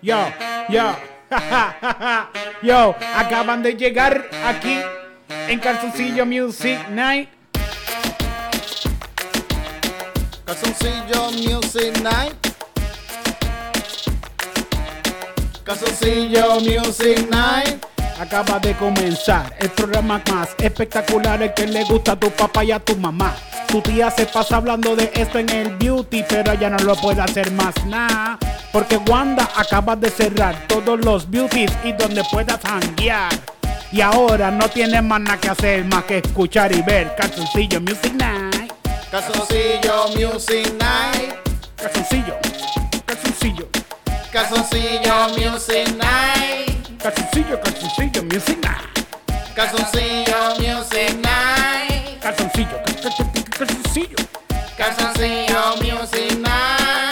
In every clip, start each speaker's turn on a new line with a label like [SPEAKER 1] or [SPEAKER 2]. [SPEAKER 1] Yo, yo, yo, acaban de llegar aquí en Calzoncillo Music Night.
[SPEAKER 2] Calzoncillo Music Night. Calzoncillo Music Night.
[SPEAKER 1] Acaba de comenzar el programa más espectacular, el que le gusta a tu papá y a tu mamá. Tu tía se pasa hablando de esto en el beauty, pero ya no lo puede hacer más nada. Porque Wanda acaba de cerrar todos los beauties y donde puedas hanguear. Y ahora no tienes más nada que hacer más que escuchar y ver Calzoncillo Music Night.
[SPEAKER 2] Calzoncillo Music Night.
[SPEAKER 1] Calzoncillo, calzoncillo,
[SPEAKER 2] Calzoncillo Music Night.
[SPEAKER 1] calzoncillo, calzoncillo Music Night.
[SPEAKER 2] Calzoncillo Music Night.
[SPEAKER 1] Calzoncillo, cal- cal- cal- cal- calzoncillo.
[SPEAKER 2] Calzoncillo Music Night.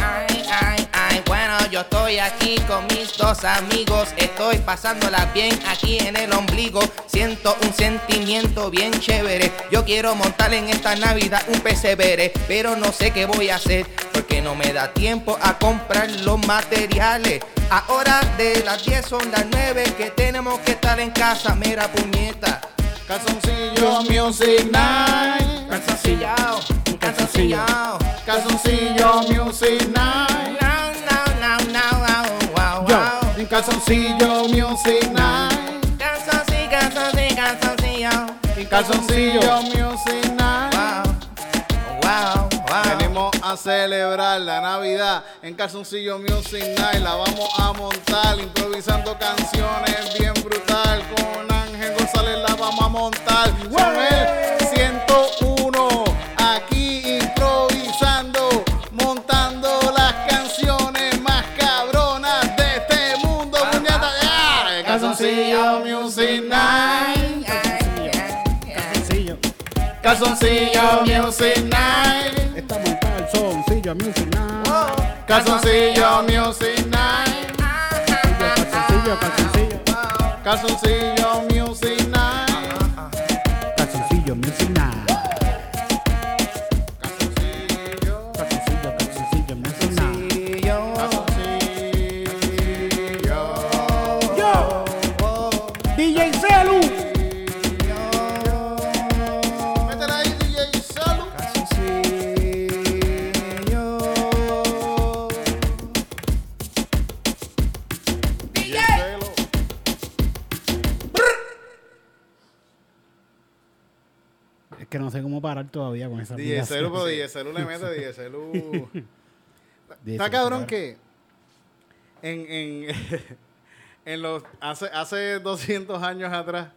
[SPEAKER 3] Ay, ay, ay, bueno, yo estoy aquí con mis dos amigos. Estoy pasándola bien aquí en el ombligo. Siento un sentimiento bien chévere. Yo quiero montar en esta Navidad un persevere, pero no sé qué voy a hacer porque no me da tiempo a comprar los materiales. Ahora de las 10 son las 9 que tenemos que estar en casa. Mira, puñeta.
[SPEAKER 2] Calzoncillo Music Night.
[SPEAKER 3] Cansacillao, cansacillao.
[SPEAKER 2] Calzoncillo Music Night.
[SPEAKER 3] No, no, no, no, wow, wow, wow.
[SPEAKER 1] Yo.
[SPEAKER 2] Calzoncillo Music Night.
[SPEAKER 3] Calzoncillo, calzoncillo, calzoncillo.
[SPEAKER 2] Calzoncillo Music Night.
[SPEAKER 3] Wow, wow, wow.
[SPEAKER 2] Venimos a celebrar la Navidad en Calzoncillo Music Night. La vamos a montar improvisando canciones bien brutal. Con Ángel González la vamos a montar. Con el 101 aquí improvisando, montando las canciones más cabronas de este mundo. puñeta. ¡Ah! Calzoncillo Music Night.
[SPEAKER 1] Calzoncillo.
[SPEAKER 2] Calzoncillo Music Night.
[SPEAKER 1] Estamos en calzoncillo Music Night.
[SPEAKER 2] Calzoncillo Music Night.
[SPEAKER 1] Calzoncillo, calzoncillo,
[SPEAKER 2] Calzoncillo Music Night.
[SPEAKER 1] calzoncillo Music Night.
[SPEAKER 2] Calzoncillo.
[SPEAKER 1] Calzoncillo, calzoncillo Music Night.
[SPEAKER 2] Calzoncillo.
[SPEAKER 1] Yo, DJ Celu.
[SPEAKER 2] Métela ahí, DJ Salu. DJ Salu.
[SPEAKER 1] Es que no sé cómo parar todavía con esa
[SPEAKER 2] DJ
[SPEAKER 1] aplicación.
[SPEAKER 2] Salu, pero DJ Salu le mete, DJ Salu.
[SPEAKER 1] De
[SPEAKER 2] Está
[SPEAKER 1] eso, claro.
[SPEAKER 2] cabrón que en, en, en los hace, hace 200 años atrás,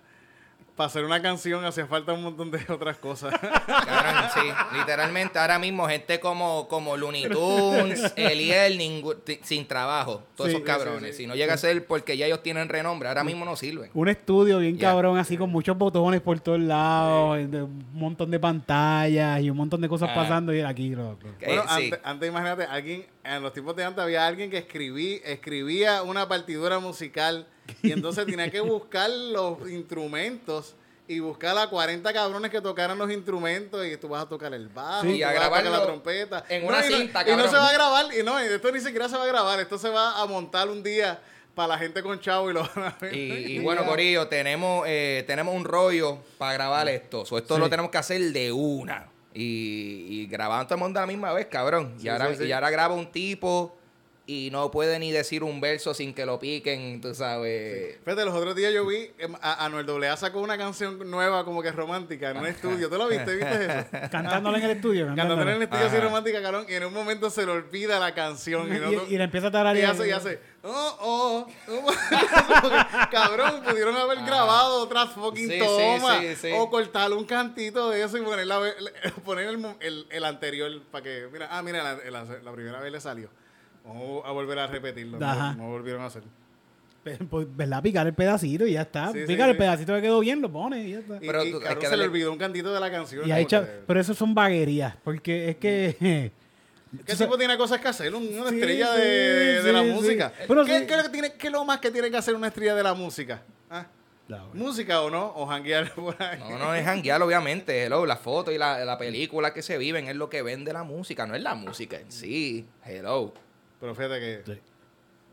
[SPEAKER 2] para hacer una canción hacía falta un montón de otras cosas.
[SPEAKER 3] Cabrón, sí, literalmente ahora mismo gente como, como Looney Tunes, Eliel, ningú- ti- sin trabajo, todos
[SPEAKER 2] Sí,
[SPEAKER 3] esos
[SPEAKER 2] sí, sí,
[SPEAKER 3] cabrones.
[SPEAKER 2] sí.
[SPEAKER 3] Si no llega a ser porque ya ellos tienen renombre, ahora mismo no sirven.
[SPEAKER 1] Un estudio bien
[SPEAKER 3] Ya.
[SPEAKER 1] cabrón, así con muchos botones por todos lados, de un montón de pantallas y un montón de cosas
[SPEAKER 3] Ah.
[SPEAKER 1] pasando. Y era aquí, loco.
[SPEAKER 3] Eh,
[SPEAKER 2] Bueno,
[SPEAKER 3] sí.
[SPEAKER 2] antes, antes, imagínate, alguien, en los tiempos de antes había alguien que escribí, escribía una partitura musical y entonces tenía que buscar los instrumentos y buscar a 40 cabrones que tocaran los instrumentos y tú vas a tocar el bajo,
[SPEAKER 1] Sí.
[SPEAKER 2] tú
[SPEAKER 1] Y
[SPEAKER 3] a
[SPEAKER 2] vas a tocar la
[SPEAKER 3] grabarlo
[SPEAKER 2] trompeta.
[SPEAKER 3] en una
[SPEAKER 2] y no,
[SPEAKER 3] cinta,
[SPEAKER 2] Y no se
[SPEAKER 3] cabrón.
[SPEAKER 2] va a grabar, y no, esto ni siquiera se va a grabar, esto se va a montar un día para la gente con chavo y lo van a ver.
[SPEAKER 3] Y, y bueno, Corillo, tenemos, eh, tenemos un rollo para grabar esto. So, esto lo tenemos que hacer de una. Y, y grabando todo el mundo a la misma vez, cabrón. y,
[SPEAKER 2] Sí,
[SPEAKER 3] ahora,
[SPEAKER 2] sí, sí.
[SPEAKER 3] y ahora graba un tipo y no puede ni decir un verso sin que lo piquen, tú sabes.
[SPEAKER 2] Fíjate, los otros días yo vi, em, a Anuel AA sacó una canción nueva como que romántica en un estudio. ¿Tú lo viste? ¿Viste eso?
[SPEAKER 1] Cantándola en el estudio.
[SPEAKER 3] Ah,
[SPEAKER 2] Cantando en el
[SPEAKER 1] Cantándola.
[SPEAKER 2] estudio así
[SPEAKER 3] Ajá.
[SPEAKER 2] romántica, cabrón, y en un momento se le olvida la canción. Y, no-
[SPEAKER 1] Y, y le empieza a
[SPEAKER 2] y
[SPEAKER 1] tararear.
[SPEAKER 2] hace, y hace, oh, oh, oh. Porque, cabrón, pudieron haber grabado otras fucking
[SPEAKER 3] Ah. Sí, sí,
[SPEAKER 2] tomas.
[SPEAKER 3] sí, sí.
[SPEAKER 2] O cortar un cantito de eso y poner, la ve- poner el, mo- el- el anterior para que, mira, ah, mira, la, la- la primera vez le salió. Vamos a volver a repetirlo. No,
[SPEAKER 1] Ajá.
[SPEAKER 2] no volvieron a hacer.
[SPEAKER 1] Pe- Pues, ¿verdad? Picar el pedacito y ya está.
[SPEAKER 2] Sí, sí,
[SPEAKER 1] Picar el
[SPEAKER 2] sí.
[SPEAKER 1] pedacito que quedó bien, lo pones y ya está.
[SPEAKER 2] Y,
[SPEAKER 3] Pero
[SPEAKER 2] y,
[SPEAKER 3] tú- hay
[SPEAKER 2] cabrón,
[SPEAKER 3] que
[SPEAKER 2] se le
[SPEAKER 3] darle-
[SPEAKER 2] olvidó un cantito de la canción.
[SPEAKER 1] Y ahí,
[SPEAKER 2] como
[SPEAKER 1] cha-
[SPEAKER 2] que-
[SPEAKER 1] pero eso son vaguerías, porque es que...
[SPEAKER 2] ¿Qué tipo tiene cosas que hacer? Un- Una
[SPEAKER 1] Sí,
[SPEAKER 2] estrella
[SPEAKER 1] sí,
[SPEAKER 2] de, de- de la
[SPEAKER 1] sí, sí.
[SPEAKER 2] música.
[SPEAKER 1] Pero
[SPEAKER 2] ¿Qué,
[SPEAKER 1] sí.
[SPEAKER 2] qué es lo que tiene, qué es lo más que tiene que hacer una estrella de la música? Ah,
[SPEAKER 1] La hora.
[SPEAKER 2] ¿Música o no? ¿O janguear por ahí?
[SPEAKER 3] No, no es janguear, obviamente. Hello, la foto y la, la película que se viven es lo que vende la música, no es la música en sí. Hello.
[SPEAKER 2] Pero fíjate que...
[SPEAKER 1] Sí.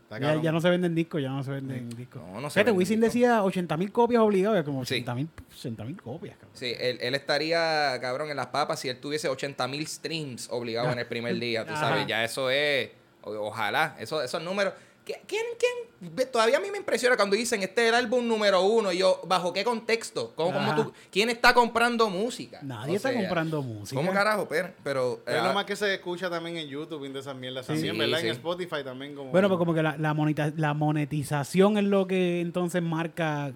[SPEAKER 2] está
[SPEAKER 1] Ya,
[SPEAKER 2] cabrón.
[SPEAKER 1] ya no se venden discos, ya no se venden discos.
[SPEAKER 3] No, no se
[SPEAKER 1] Fíjate,
[SPEAKER 3] venden
[SPEAKER 1] Wisin
[SPEAKER 3] discos.
[SPEAKER 1] decía 80 mil copias obligadas, como
[SPEAKER 3] Sí.
[SPEAKER 1] 80 mil copias, cabrón.
[SPEAKER 3] Sí, él, él estaría, cabrón, en las papas si él tuviese 80 mil streams obligados en el primer día, tú
[SPEAKER 1] Ajá.
[SPEAKER 3] sabes. Ya eso es, o- ojalá, eso, esos números. ¿Qué- ¿Quién, quién? Ve, Todavía a mí me impresiona cuando dicen, este es el álbum número uno. Y yo, ¿bajo qué contexto? ¿Cómo, cómo
[SPEAKER 1] Ajá.
[SPEAKER 3] tú, ¿Quién está comprando música?
[SPEAKER 1] Nadie está comprando música.
[SPEAKER 3] ¿Cómo carajo? Pero, pero
[SPEAKER 2] Es lo
[SPEAKER 3] ah,
[SPEAKER 2] más que se escucha también en YouTube y de esas mierdas
[SPEAKER 3] Sí,
[SPEAKER 2] también, ¿verdad?
[SPEAKER 3] sí.
[SPEAKER 2] En Spotify también como...
[SPEAKER 1] Bueno, pues como que la, la, moneta- la monetización es lo que entonces marca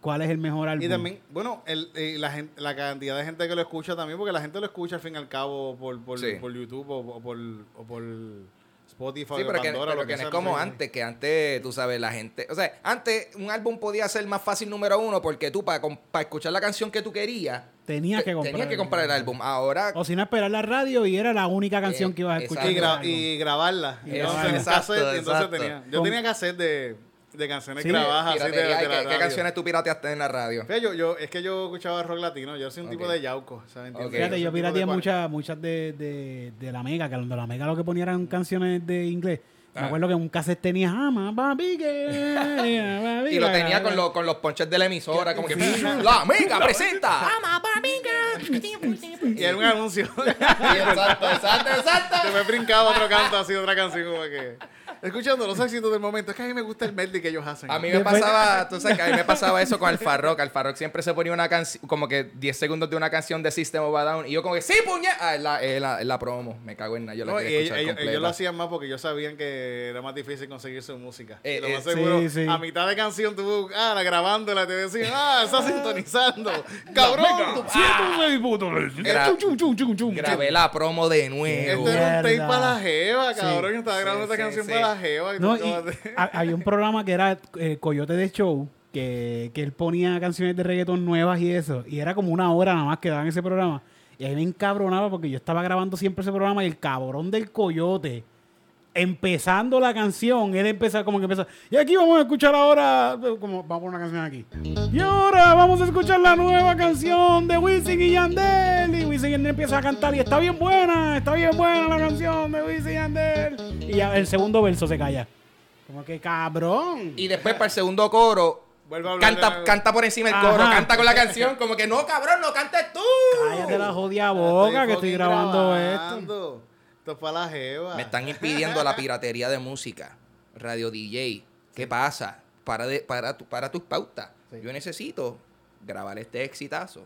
[SPEAKER 1] cuál es el mejor álbum.
[SPEAKER 2] Y también, bueno, el, eh, la, gen- la cantidad de gente que lo escucha también, porque la gente lo escucha al fin y al cabo por, por,
[SPEAKER 3] Sí.
[SPEAKER 2] por YouTube o, o por, o por Spotify
[SPEAKER 3] Sí,
[SPEAKER 2] o
[SPEAKER 3] pero que,
[SPEAKER 2] Pandora.
[SPEAKER 3] pero
[SPEAKER 2] lo que
[SPEAKER 3] que no es
[SPEAKER 2] sea, pues.
[SPEAKER 3] como
[SPEAKER 2] sé.
[SPEAKER 3] antes, que antes, tú sabes, la gente... O sea, antes un álbum podía ser más fácil número uno porque tú, para escuchar la canción que tú querías,
[SPEAKER 1] Tenías
[SPEAKER 3] te-
[SPEAKER 1] que comprar.
[SPEAKER 3] tenías que comprar el álbum. Ahora...
[SPEAKER 1] O si no, esperar la radio y era la única canción
[SPEAKER 3] Eh,
[SPEAKER 1] que ibas a escuchar.
[SPEAKER 2] Y,
[SPEAKER 1] del
[SPEAKER 2] gra-
[SPEAKER 1] álbum.
[SPEAKER 2] y grabarla.
[SPEAKER 1] Y
[SPEAKER 2] entonces,
[SPEAKER 1] grabarla.
[SPEAKER 2] en cassette,
[SPEAKER 3] Exacto,
[SPEAKER 2] entonces
[SPEAKER 3] exacto.
[SPEAKER 2] tenía... Yo
[SPEAKER 1] Con-
[SPEAKER 2] tenía cassette de, de canciones
[SPEAKER 1] Sí,
[SPEAKER 2] grabadas así de,
[SPEAKER 3] Piratería,
[SPEAKER 2] de
[SPEAKER 3] ¿qué-
[SPEAKER 2] la
[SPEAKER 3] ¿Qué,
[SPEAKER 2] radio.
[SPEAKER 3] canciones tú pirateaste en la radio?
[SPEAKER 2] Fíjate, yo, yo, es que yo escuchaba rock latino, yo soy un tipo
[SPEAKER 3] Ok.
[SPEAKER 2] de yauco, ¿sabes? ¿Entiendes?
[SPEAKER 3] Ok.
[SPEAKER 1] Fíjate,
[SPEAKER 2] soy
[SPEAKER 1] yo
[SPEAKER 2] un tipo de
[SPEAKER 1] pirateé
[SPEAKER 2] cual-
[SPEAKER 1] muchas, muchas de, de, de la Mega, que donde la Mega lo que ponían eran canciones de inglés. Me
[SPEAKER 3] Ah.
[SPEAKER 1] acuerdo que en un cassette tenía "Ah, ama, papi, que- papi,
[SPEAKER 3] Y lo
[SPEAKER 1] la-
[SPEAKER 3] tenía con, los con los ponches de la emisora, como que la mega presenta.
[SPEAKER 4] Ah,
[SPEAKER 2] Y era un anuncio.
[SPEAKER 3] Sí, exacto, exacto, exacto.
[SPEAKER 2] Se me brincaba otro canto así, otra canción como que... Escuchando los éxitos del momento. Es que a mí me gusta el melody que ellos hacen.
[SPEAKER 3] A mí me
[SPEAKER 1] Después-
[SPEAKER 3] pasaba, tú sabes que a mí me pasaba eso con Alfarrock. Alfarrock siempre se ponía una canción, como que 10 segundos de una canción de System of a Down. Y yo como que, sí, puñe. Ah, es la, es la, es la promo. Me cago en nada. Yo la
[SPEAKER 2] No, y
[SPEAKER 3] quería
[SPEAKER 2] ellos,
[SPEAKER 3] escuchar
[SPEAKER 2] ellos-
[SPEAKER 3] completa.
[SPEAKER 2] ellos lo hacían más porque ellos sabían que era más difícil conseguir su música.
[SPEAKER 3] Eh,
[SPEAKER 2] Y lo
[SPEAKER 3] eh,
[SPEAKER 2] más
[SPEAKER 1] sí,
[SPEAKER 2] seguro,
[SPEAKER 1] sí.
[SPEAKER 2] a mitad de canción tú, ah, la grabándola, te decían, ah, está sintonizando. Cabrón, tú-
[SPEAKER 3] Ah.
[SPEAKER 1] pues,
[SPEAKER 3] Gra- Grabé la promo de nuevo.
[SPEAKER 2] esto era un tape
[SPEAKER 1] Mierda.
[SPEAKER 2] para la jeva,
[SPEAKER 1] Sí,
[SPEAKER 2] cabrón. yo estaba grabando
[SPEAKER 3] sí,
[SPEAKER 2] esta canción
[SPEAKER 3] sí.
[SPEAKER 2] para la jeva. Y
[SPEAKER 1] No,
[SPEAKER 2] tú
[SPEAKER 1] y
[SPEAKER 2] acabas de-
[SPEAKER 1] ha- había un programa que era eh, Coyote de Show, que, que él ponía canciones de reggaetón nuevas y eso. Y era como una hora nada más que daban ese programa. Y ahí me encabronaba porque yo estaba grabando siempre ese programa y el cabrón del Coyote, empezando la canción, él empezaba como que empezaba. Y aquí vamos a escuchar ahora, eh, como vamos a poner una canción aquí. Y ahora vamos a escuchar la nueva canción de Wisin y Yandel. Y Wisin y Yandel empieza a cantar y está bien buena, está bien buena la canción de Wisin y Yandel. Y ya el segundo verso se calla. Como que cabrón.
[SPEAKER 3] Y después para el segundo coro,
[SPEAKER 2] Vuelve a hablar de
[SPEAKER 3] canta,
[SPEAKER 2] la-
[SPEAKER 3] canta por encima el coro,
[SPEAKER 1] Ajá.
[SPEAKER 3] canta con la canción, como que no, cabrón, no cantes tú.
[SPEAKER 1] Cállate la jodida boca que estoy
[SPEAKER 2] fucking
[SPEAKER 1] grabando, esto.
[SPEAKER 2] grabando. Esto es para la jeva.
[SPEAKER 3] Me están impidiendo la piratería de música. Radio DJ, ¿qué pasa? Para, de, para, tu- para tus pautas.
[SPEAKER 2] Sí.
[SPEAKER 3] Yo necesito grabar este exitazo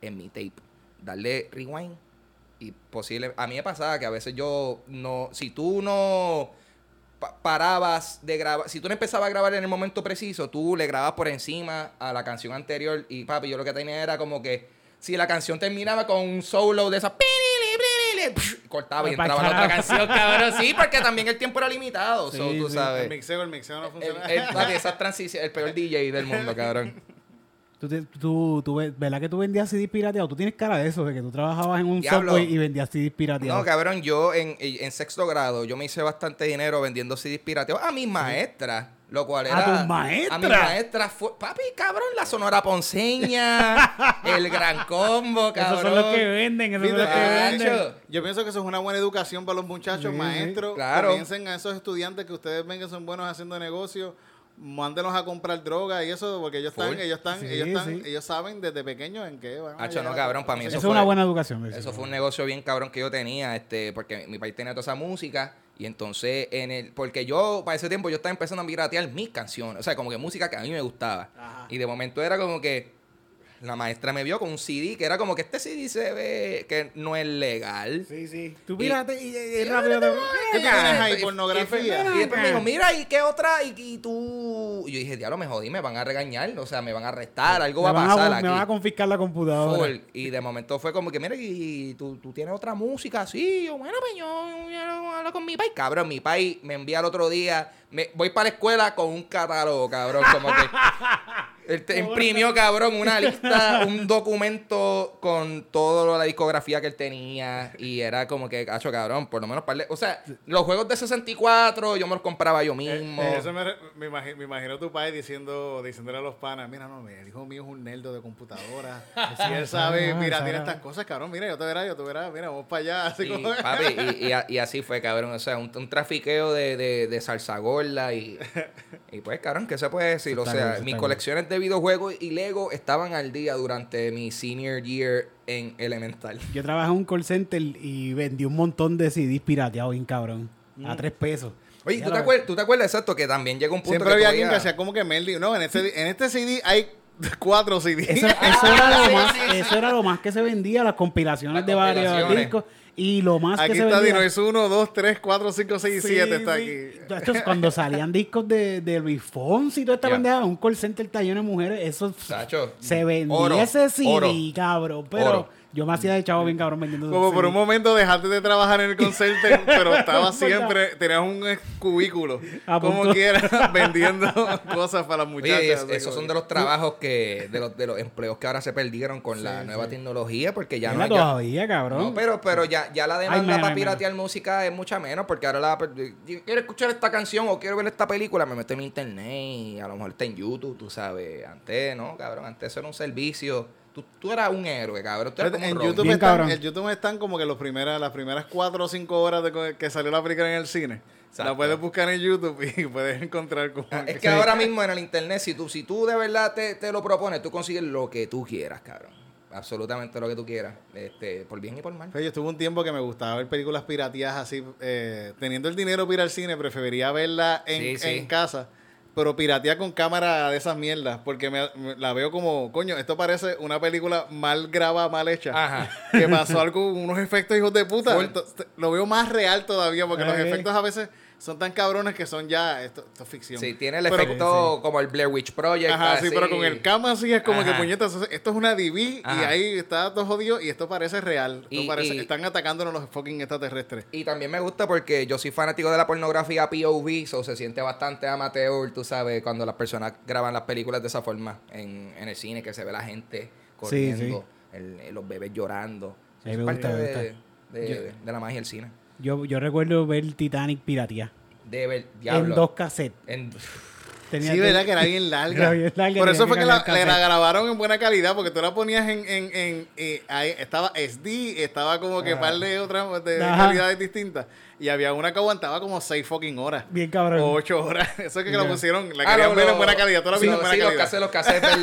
[SPEAKER 3] en mi tape. Darle rewind y posible... A mí me pasaba que a veces yo no... Si tú no pa- parabas de grabar... Si tú no empezabas a grabar en el momento preciso, tú le grababas por encima a la canción anterior y papi, yo lo que tenía era como que... Si la canción terminaba con un solo de esas... Cortaba y
[SPEAKER 1] Pa'
[SPEAKER 3] entraba la otra
[SPEAKER 1] carajo.
[SPEAKER 3] canción, cabrón. Sí, porque también el tiempo era limitado. so,
[SPEAKER 1] Sí,
[SPEAKER 3] tú
[SPEAKER 1] sí.
[SPEAKER 2] El
[SPEAKER 3] sabes.
[SPEAKER 2] mixeo, el mixeo no
[SPEAKER 3] El,
[SPEAKER 2] funciona.
[SPEAKER 3] el- papi, esas transiciones, el peor DJ del mundo, cabrón.
[SPEAKER 1] Tú, te- tú, tú ves- ¿Verdad que tú vendías CD pirateado? Tú tienes cara de eso, de que tú trabajabas en un
[SPEAKER 3] Diablo.
[SPEAKER 1] software y vendías CD pirateado.
[SPEAKER 3] No, cabrón, yo en, en sexto grado, yo me hice bastante dinero vendiendo CDs pirateos a mis maestras. Lo cual
[SPEAKER 1] ¿A
[SPEAKER 3] era.
[SPEAKER 1] tus
[SPEAKER 3] A mis
[SPEAKER 1] maestras?
[SPEAKER 3] maestras fue. Papi, cabrón, la Sonora Ponceña, el Gran Combo, cabrón.
[SPEAKER 1] esos son los que venden, esos
[SPEAKER 2] Sí,
[SPEAKER 1] son los que
[SPEAKER 2] de
[SPEAKER 1] venden.
[SPEAKER 2] hecho, yo pienso que eso es una buena educación para los muchachos,
[SPEAKER 1] Sí,
[SPEAKER 2] maestros.
[SPEAKER 3] sí. Claro.
[SPEAKER 2] Comiencen a esos estudiantes que ustedes ven que son buenos haciendo negocios, mándenlos a comprar droga y eso, porque ellos están,
[SPEAKER 3] Full.
[SPEAKER 2] ellos están,
[SPEAKER 1] Sí,
[SPEAKER 2] ellos están,
[SPEAKER 1] sí.
[SPEAKER 2] ellos saben desde pequeños en qué van. a
[SPEAKER 3] Hacho, no,
[SPEAKER 2] llegar.
[SPEAKER 3] cabrón, para mí
[SPEAKER 1] Eso
[SPEAKER 3] eso
[SPEAKER 1] es
[SPEAKER 3] fue-
[SPEAKER 1] una buena educación.
[SPEAKER 3] Eso fue un negocio bien cabrón que yo tenía, este, porque mi país tenía toda esa música. Y entonces, en el, porque yo, para ese tiempo, yo estaba empezando a piratear mis canciones. O sea, como que música que a mí me gustaba. Y de momento era como que la maestra me vio con un CD, que era como que este CD se ve que no es legal.
[SPEAKER 1] Sí, sí. Tú
[SPEAKER 3] pírate
[SPEAKER 1] y, rápido
[SPEAKER 2] ¿Qué tú tienes ahí? ¿Pornografía?
[SPEAKER 3] Y después me dijo, mira, ¿y qué otra? Y, y tú... Y yo dije, diablo, me jodí, me van a regañar. O sea, me van a arrestar, algo
[SPEAKER 1] Me
[SPEAKER 3] va a
[SPEAKER 1] van a,
[SPEAKER 3] pasar
[SPEAKER 1] me
[SPEAKER 3] aquí.
[SPEAKER 1] van a confiscar la computadora.
[SPEAKER 3] Full. Y de momento fue como que, mira, y tú, tú tienes otra música así. Yo, bueno, pues yo, yo no hablo con mi país. Cabrón, mi país me envía el otro día. Me, voy para la escuela con un catálogo, cabrón. Como que. Él te imprimió, cabrón, una lista, un documento con toda la discografía que él tenía. Y era como que, cacho, cabrón, por lo menos para... O sea, los juegos de 64 yo me los compraba yo mismo.
[SPEAKER 2] Eh, Eso me, re- me, imagi- me imagino tu padre diciendo, diciéndole a los panas, mira, no, mi- el hijo mío es un nerdo de computadora. si él sabe,
[SPEAKER 1] ah,
[SPEAKER 2] mira,
[SPEAKER 1] esa era-
[SPEAKER 2] tiene estas cosas, cabrón, mira, yo te verás, yo te verás, mira, vamos para allá. Así
[SPEAKER 3] Y,
[SPEAKER 2] como...
[SPEAKER 3] papi, y, y a- y así fue, cabrón. O sea, un, un trafiqueo de, de, de salsa gorda y, y pues, cabrón, ¿qué se puede decir?
[SPEAKER 1] Eso
[SPEAKER 3] O
[SPEAKER 1] está
[SPEAKER 3] sea,
[SPEAKER 1] bien, eso
[SPEAKER 3] mis
[SPEAKER 1] está
[SPEAKER 3] colecciones de videojuegos y Lego estaban al día durante mi senior year en elemental.
[SPEAKER 1] Yo trabajé en un call center y vendí un montón de CDs pirateados, bien cabrón. A tres pesos.
[SPEAKER 3] Mm. Oye,
[SPEAKER 1] Ya
[SPEAKER 3] ¿tú te,
[SPEAKER 1] lo-
[SPEAKER 3] acuerdas, ¿tú te acuerdas exacto que también llegó un punto
[SPEAKER 2] Siempre
[SPEAKER 3] que
[SPEAKER 2] había
[SPEAKER 3] tú
[SPEAKER 2] alguien que
[SPEAKER 3] veías-
[SPEAKER 2] hacía como que Meldi. No, en este, en este CD hay cuatro CDs.
[SPEAKER 1] Eso, eso era
[SPEAKER 3] sí,
[SPEAKER 1] lo más,
[SPEAKER 3] sí, sí.
[SPEAKER 1] eso era lo más que se vendía, las compilaciones
[SPEAKER 3] Las
[SPEAKER 1] de varios
[SPEAKER 3] compilaciones.
[SPEAKER 1] discos. Y lo más
[SPEAKER 2] Aquí
[SPEAKER 1] que se
[SPEAKER 2] está
[SPEAKER 1] vendía.
[SPEAKER 2] Dino, es 1, 2, 3, 4, 5, 6 y 7 está
[SPEAKER 1] sí.
[SPEAKER 2] aquí.
[SPEAKER 1] Esto es cuando salían discos de, de Luis Fonsi y toda esta
[SPEAKER 3] Ya.
[SPEAKER 1] pendeja, un call center tallón de mujeres, eso pff,
[SPEAKER 3] Sacho,
[SPEAKER 1] se vendía
[SPEAKER 3] oro,
[SPEAKER 1] ese CD,
[SPEAKER 3] oro.
[SPEAKER 1] cabrón. Pero
[SPEAKER 3] Oro.
[SPEAKER 1] yo me hacía de chavo bien cabrón vendiendo esos
[SPEAKER 2] Como por
[SPEAKER 1] CD.
[SPEAKER 2] un momento dejaste de trabajar en el call center, pero estaba siempre, tenías un eh, cubículo,
[SPEAKER 1] A
[SPEAKER 2] como
[SPEAKER 1] punto.
[SPEAKER 2] quieras, vendiendo cosas para las muchachas.
[SPEAKER 3] Oye, es-
[SPEAKER 2] así como
[SPEAKER 3] esos son
[SPEAKER 2] que-
[SPEAKER 3] de los trabajos que, de los, de los empleos que ahora se perdieron con la nueva tecnología, porque ya no
[SPEAKER 1] Mira
[SPEAKER 3] hay- ya-
[SPEAKER 1] todavía, cabrón.
[SPEAKER 3] No, pero, pero ya, ya la demanda
[SPEAKER 1] mira,
[SPEAKER 3] para
[SPEAKER 1] mira.
[SPEAKER 3] piratear música es mucha menos, porque ahora la yo quiero escuchar esta canción o quiero ver esta película, me meto en internet y a lo mejor está en YouTube, tú sabes. Antes, ¿no, cabrón? Antes eso era un servicio. Tú, tú eras un héroe, cabrón. Tú eras como
[SPEAKER 2] en
[SPEAKER 3] Robin.
[SPEAKER 2] YouTube,
[SPEAKER 1] Bien
[SPEAKER 2] están,
[SPEAKER 1] cabrón.
[SPEAKER 2] en YouTube están como que los primeras, las primeras 4 o 5 horas de co- que salió la película en el cine.
[SPEAKER 3] Exacto.
[SPEAKER 2] La puedes buscar en YouTube y puedes encontrar como
[SPEAKER 3] Ah, Es
[SPEAKER 2] que-
[SPEAKER 3] que ahora mismo en el internet, si tú, si tú de verdad te, te lo propones, tú consigues lo que tú quieras, cabrón. Absolutamente lo que tú quieras. Este, por bien y por mal.
[SPEAKER 2] Pues yo estuve un tiempo que me gustaba ver películas piratías así. eh, teniendo el dinero para ir al cine, preferiría verla en,
[SPEAKER 3] Sí, sí.
[SPEAKER 2] en casa. Pero piratía con cámara de esas mierdas. Porque me, me- la veo como, coño, esto parece una película mal grabada, mal hecha.
[SPEAKER 3] Ajá.
[SPEAKER 2] Que pasó algo, unos efectos hijos de puta.
[SPEAKER 3] Full.
[SPEAKER 2] Ento- Lo veo más real todavía. Porque los
[SPEAKER 1] Ok.
[SPEAKER 2] efectos a veces son tan cabrones que son ya. Esto, esto es ficción.
[SPEAKER 3] Sí, tiene el
[SPEAKER 2] Pero-
[SPEAKER 3] efecto como el Blair Witch Project.
[SPEAKER 2] Ajá, sí,
[SPEAKER 3] así.
[SPEAKER 2] pero con el cama así es como
[SPEAKER 3] Ajá.
[SPEAKER 2] que puñetas. Esto es una DV y
[SPEAKER 3] Ajá.
[SPEAKER 2] ahí está todo jodido y esto parece real. Esto
[SPEAKER 3] Y-
[SPEAKER 2] parece,
[SPEAKER 3] y-
[SPEAKER 2] están atacándonos los fucking extraterrestres.
[SPEAKER 3] Y también me gusta porque yo soy fanático de la pornografía POV, so se siente bastante amateur, tú sabes, cuando las personas graban las películas de esa forma en, en el cine, que se ve la gente corriendo, el- el- los bebés llorando.
[SPEAKER 1] Sí,
[SPEAKER 3] es
[SPEAKER 1] me
[SPEAKER 3] parte
[SPEAKER 1] gusta, me
[SPEAKER 3] de,
[SPEAKER 1] gusta.
[SPEAKER 3] de- de la magia del cine.
[SPEAKER 1] Yo, yo recuerdo ver Titanic piratía.
[SPEAKER 3] De ver,
[SPEAKER 1] En
[SPEAKER 3] diablo.
[SPEAKER 1] dos cassettes.
[SPEAKER 3] En-
[SPEAKER 1] Tenía
[SPEAKER 2] Sí,
[SPEAKER 1] que-
[SPEAKER 2] verdad que era bien larga.
[SPEAKER 1] Era bien larga,
[SPEAKER 2] Por
[SPEAKER 1] tenía
[SPEAKER 2] eso
[SPEAKER 1] que
[SPEAKER 2] fue que la,
[SPEAKER 1] cambiar el
[SPEAKER 2] la
[SPEAKER 1] cassette.
[SPEAKER 2] grabaron en buena calidad, porque tú la ponías en. en, en- eh, ahí estaba SD, estaba como que par de otras de de
[SPEAKER 1] Ah. Ajá.
[SPEAKER 2] calidades distintas. Y había una que aguantaba como seis fucking horas.
[SPEAKER 1] Bien cabrón.
[SPEAKER 3] Oh,
[SPEAKER 2] O ocho horas. Eso es que la
[SPEAKER 1] Ya.
[SPEAKER 2] pusieron, la
[SPEAKER 3] Ah,
[SPEAKER 2] querían
[SPEAKER 3] lo-
[SPEAKER 2] ver en
[SPEAKER 3] lo-
[SPEAKER 2] buena calidad. Tú la
[SPEAKER 3] sí,
[SPEAKER 2] viste en buena
[SPEAKER 3] sí, los
[SPEAKER 2] calidad.
[SPEAKER 3] cassettes, los cassettes,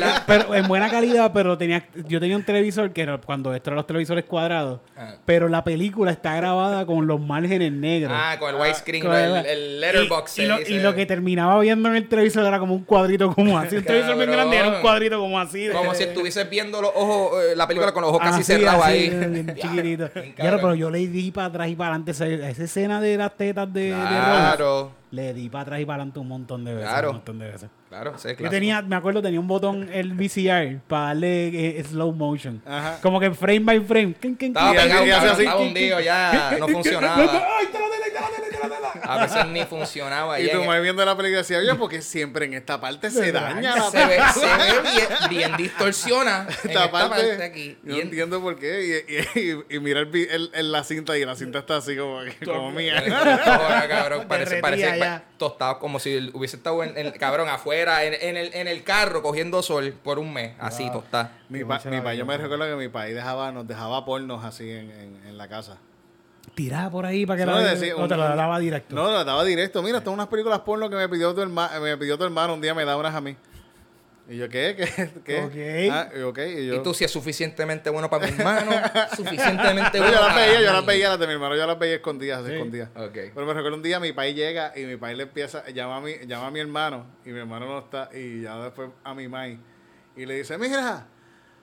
[SPEAKER 3] ¿verdad?
[SPEAKER 1] pero en buena calidad, pero tenía yo tenía un televisor que era cuando esto eran los televisores cuadrados,
[SPEAKER 3] Ah.
[SPEAKER 1] pero la película está grabada con los márgenes negros.
[SPEAKER 3] ah, con el widescreen,
[SPEAKER 1] Con
[SPEAKER 3] el, el letterbox.
[SPEAKER 1] Y, y
[SPEAKER 3] se
[SPEAKER 1] lo, y
[SPEAKER 3] dice.
[SPEAKER 1] lo que terminaba viendo en el televisor era como un cuadrito como así. Un televisor bien
[SPEAKER 3] Cabrón.
[SPEAKER 1] grande era un cuadrito como así. de-
[SPEAKER 3] Como si estuvieses viendo los ojos, eh, la película con los ojos casi
[SPEAKER 1] eh, así,
[SPEAKER 3] cerrados
[SPEAKER 1] Ah, así,
[SPEAKER 3] ahí.
[SPEAKER 1] Bien chiquitito. Claro,
[SPEAKER 3] Bien cabrón.
[SPEAKER 1] pero yo le di para atrás y para adelante esa, esa escena de las tetas de, de Rose,
[SPEAKER 3] Claro.
[SPEAKER 1] Le di para atrás y para adelante un montón de veces.
[SPEAKER 3] Claro.
[SPEAKER 1] Un montón de veces.
[SPEAKER 3] Claro, sí,
[SPEAKER 1] Yo
[SPEAKER 3] clásico.
[SPEAKER 1] tenía, me acuerdo, tenía un botón, el VCR, para darle eh, slow motion.
[SPEAKER 2] Ajá.
[SPEAKER 1] Como que frame by frame. Quin, quin,
[SPEAKER 3] Estaba
[SPEAKER 2] Y así,
[SPEAKER 3] pegado,
[SPEAKER 2] y así,
[SPEAKER 3] cabrón,
[SPEAKER 2] así.
[SPEAKER 3] estaba hundido ya, no funcionaba.
[SPEAKER 1] ¡Ay, te la tele, te la tele, te la tele!
[SPEAKER 3] A veces ni funcionaba.
[SPEAKER 2] Y
[SPEAKER 3] ya
[SPEAKER 2] tu
[SPEAKER 3] en-
[SPEAKER 2] madre viendo la película decía, oye, porque siempre en esta parte se
[SPEAKER 1] Se
[SPEAKER 2] daña
[SPEAKER 1] daña,
[SPEAKER 2] la
[SPEAKER 3] se ve, se ve bien, bien distorsiona en
[SPEAKER 2] esta
[SPEAKER 3] esta
[SPEAKER 2] parte,
[SPEAKER 3] parte aquí.
[SPEAKER 2] Yo
[SPEAKER 3] Bien-
[SPEAKER 2] entiendo por qué. Y, y- y- y mira el vi- el- el- la cinta y la cinta está así como, que- como mía.
[SPEAKER 3] Ahora, cabrón, parece,
[SPEAKER 1] Derretía
[SPEAKER 3] parece
[SPEAKER 1] ya.
[SPEAKER 3] tostado como si hubiese estado en, en- cabrón afuera en, en el, en el carro cogiendo sol por un mes, así tostado.
[SPEAKER 2] Mi
[SPEAKER 1] Qué
[SPEAKER 2] pa,
[SPEAKER 1] mucha
[SPEAKER 2] mi
[SPEAKER 1] la
[SPEAKER 2] pa- yo me
[SPEAKER 1] vida.
[SPEAKER 2] recuerdo que mi país dejaba, nos dejaba pornos así en, en- en la casa.
[SPEAKER 1] Tiraba por ahí para que
[SPEAKER 2] Eso
[SPEAKER 1] la
[SPEAKER 2] le decía
[SPEAKER 1] no, te
[SPEAKER 2] un-
[SPEAKER 1] la daba directo.
[SPEAKER 2] No, la daba directo. Mira, todas unas películas porno que me pidió tu hermano, me pidió tu hermano, un día me da unas a mí. Y yo, ¿qué? ¿Qué? ¿Qué?
[SPEAKER 1] Ok.
[SPEAKER 2] Ah, y ok, y yo.
[SPEAKER 3] Y tú si es suficientemente bueno para mi hermano, suficientemente
[SPEAKER 2] No,
[SPEAKER 3] bueno
[SPEAKER 2] yo las
[SPEAKER 3] para
[SPEAKER 2] veía, yo las
[SPEAKER 3] mí.
[SPEAKER 2] veía, las de mi hermano, yo las veía escondidas, así escondidas.
[SPEAKER 3] Ok.
[SPEAKER 2] Pero me recuerdo un día mi país llega y mi país le empieza, llama a mi, llama a mi hermano y mi hermano no está y ya después a mi mai y le dice, mira,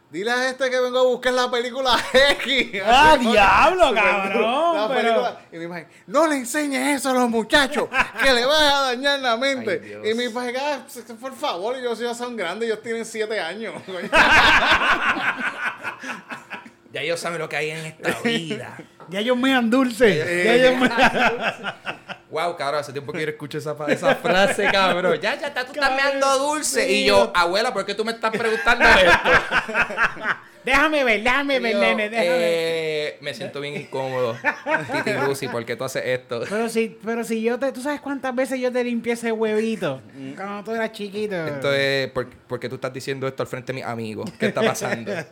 [SPEAKER 2] dile a este que vengo a buscar la película X.
[SPEAKER 1] ¡Ah,
[SPEAKER 2] Así,
[SPEAKER 1] diablo,
[SPEAKER 2] super-
[SPEAKER 1] cabrón!
[SPEAKER 2] la
[SPEAKER 1] Pero-
[SPEAKER 2] película. Y mi mai, no le enseñes eso a los muchachos, que le vas a dañar la mente.
[SPEAKER 3] Ay, Dios.
[SPEAKER 2] y mi país, "Ah, por favor, ellos ya son grandes, ellos tienen siete años.
[SPEAKER 3] Ya ellos saben lo que hay en esta vida.
[SPEAKER 1] Ya ellos me dan dulce.
[SPEAKER 2] Eh,
[SPEAKER 1] ya ellos me
[SPEAKER 3] Wow, cabrón, hace tiempo que yo escucho esa, fa- esa frase, cabrón. Ya, ya, está, tú estás meando dulce. Y yo, abuela, ¿por qué tú me estás preguntando esto?
[SPEAKER 1] Déjame ver, déjame ver,
[SPEAKER 3] Yo,
[SPEAKER 1] nene, déjame ver.
[SPEAKER 3] eh, me siento bien incómodo. Titi Lucy, ¿por qué tú haces esto?
[SPEAKER 1] Pero si, pero si yo te. ¿Tú sabes cuántas veces yo te limpié ese huevito? Cuando tú eras chiquito.
[SPEAKER 3] Mm. Esto es, ¿por, por qué tú estás diciendo esto al frente de mis amigos? ¿Qué está pasando? Es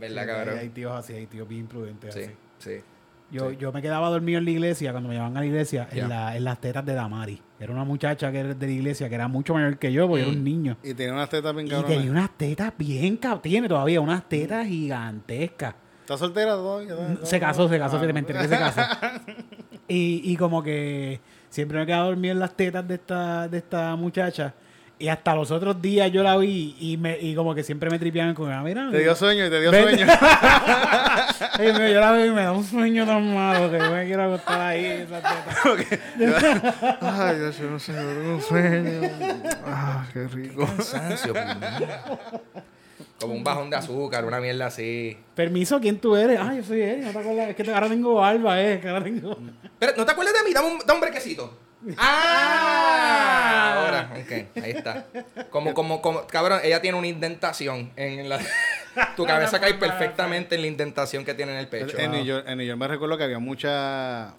[SPEAKER 3] verdad,
[SPEAKER 1] Hay, hay
[SPEAKER 3] cabrón.
[SPEAKER 1] tíos así, hay tíos bien imprudentes
[SPEAKER 3] Sí,
[SPEAKER 1] así.
[SPEAKER 3] sí.
[SPEAKER 1] Yo, yo me quedaba dormido en la iglesia cuando me llevaban a la iglesia
[SPEAKER 3] Ya.
[SPEAKER 1] en, la- en las tetas de Damari. Era una muchacha que era de la iglesia que era mucho mayor que yo porque
[SPEAKER 3] Mm.
[SPEAKER 1] yo era un niño.
[SPEAKER 2] Y tenía unas tetas bien
[SPEAKER 1] Y tenía
[SPEAKER 2] cabronas.
[SPEAKER 1] unas tetas bien cab- Tiene todavía unas tetas gigantescas.
[SPEAKER 2] ¿Estás soltera todavía?
[SPEAKER 1] Se casó, se casó,
[SPEAKER 2] Ah.
[SPEAKER 1] se me enteré que se casó. Y, y como que siempre me quedaba dormido en las tetas de esta, de esta muchacha. Y hasta los otros días yo la vi y, me, y como que siempre me tripeaban con ah, mira.
[SPEAKER 2] Te dio sueño y te dio
[SPEAKER 1] Ven.
[SPEAKER 2] sueño.
[SPEAKER 1] Ay, mío, yo la veo y me da un sueño tan malo que yo me quiero acostar ahí. en esas tetas.
[SPEAKER 2] Ay, Dios, yo no sé, yo tengo un sueño. Ah, qué rico.
[SPEAKER 3] Cansancio, puñeta. Como un bajón de azúcar, una mierda así.
[SPEAKER 1] Permiso, ¿quién tú eres? Ah, yo soy él. No te acuerdas. Es que te- ahora tengo barba, eh. que ahora tengo...
[SPEAKER 3] Pero, ¿no te acuerdas de mí? Dame un, dame un brequecito. ¡Ah! Ahora, ok, ahí está. Como, como, como, cabrón, ella tiene una indentación en la... Tu cabeza cae perfectamente en la indentación que tiene en el pecho. Ah,
[SPEAKER 2] En New, York, en New York me recuerdo que había mucha...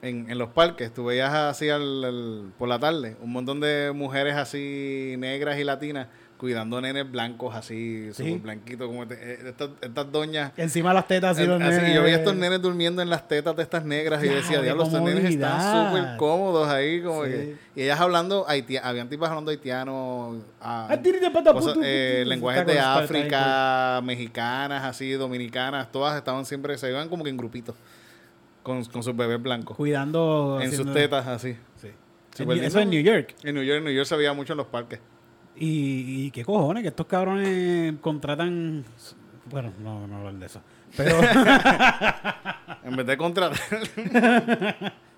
[SPEAKER 2] En, en los parques, tú veías así al- al- por la tarde un montón de mujeres así negras y latinas cuidando nenes blancos así, súper blanquitos, como este- eh, estas, estas doñas.
[SPEAKER 1] Encima las tetas así
[SPEAKER 2] En-
[SPEAKER 1] los
[SPEAKER 2] así que
[SPEAKER 1] nenes.
[SPEAKER 2] yo veía a estos nenes durmiendo en las tetas de estas negras y
[SPEAKER 1] Ya,
[SPEAKER 2] decía,
[SPEAKER 1] qué
[SPEAKER 2] diablo, estos nenes están
[SPEAKER 1] comodidad".
[SPEAKER 2] súper cómodos ahí. Como
[SPEAKER 1] Sí.
[SPEAKER 2] que- y ellas hablando, haiti- habían tipas hablando haitiano, ah,
[SPEAKER 1] Ah, tiri de pata,
[SPEAKER 2] cosas,
[SPEAKER 1] putu,
[SPEAKER 2] eh,
[SPEAKER 1] putu,
[SPEAKER 2] lenguajes
[SPEAKER 1] esta
[SPEAKER 2] de
[SPEAKER 1] cosa está- está bien
[SPEAKER 2] África, mexicanas, así, dominicanas, todas estaban siempre, se iban como que en grupitos, con, con sus bebés blancos,
[SPEAKER 1] pues, Cuidando.
[SPEAKER 2] en sus
[SPEAKER 1] haciendo-
[SPEAKER 2] tetas, así.
[SPEAKER 1] Sí.
[SPEAKER 2] Súper
[SPEAKER 1] En-
[SPEAKER 2] lindo.
[SPEAKER 1] eso en New York.
[SPEAKER 2] En New York, en New York se veía mucho en los parques.
[SPEAKER 1] Y, y qué cojones, que estos cabrones contratan. Bueno, no, no hablar de eso. Pero.
[SPEAKER 2] En vez de contratar,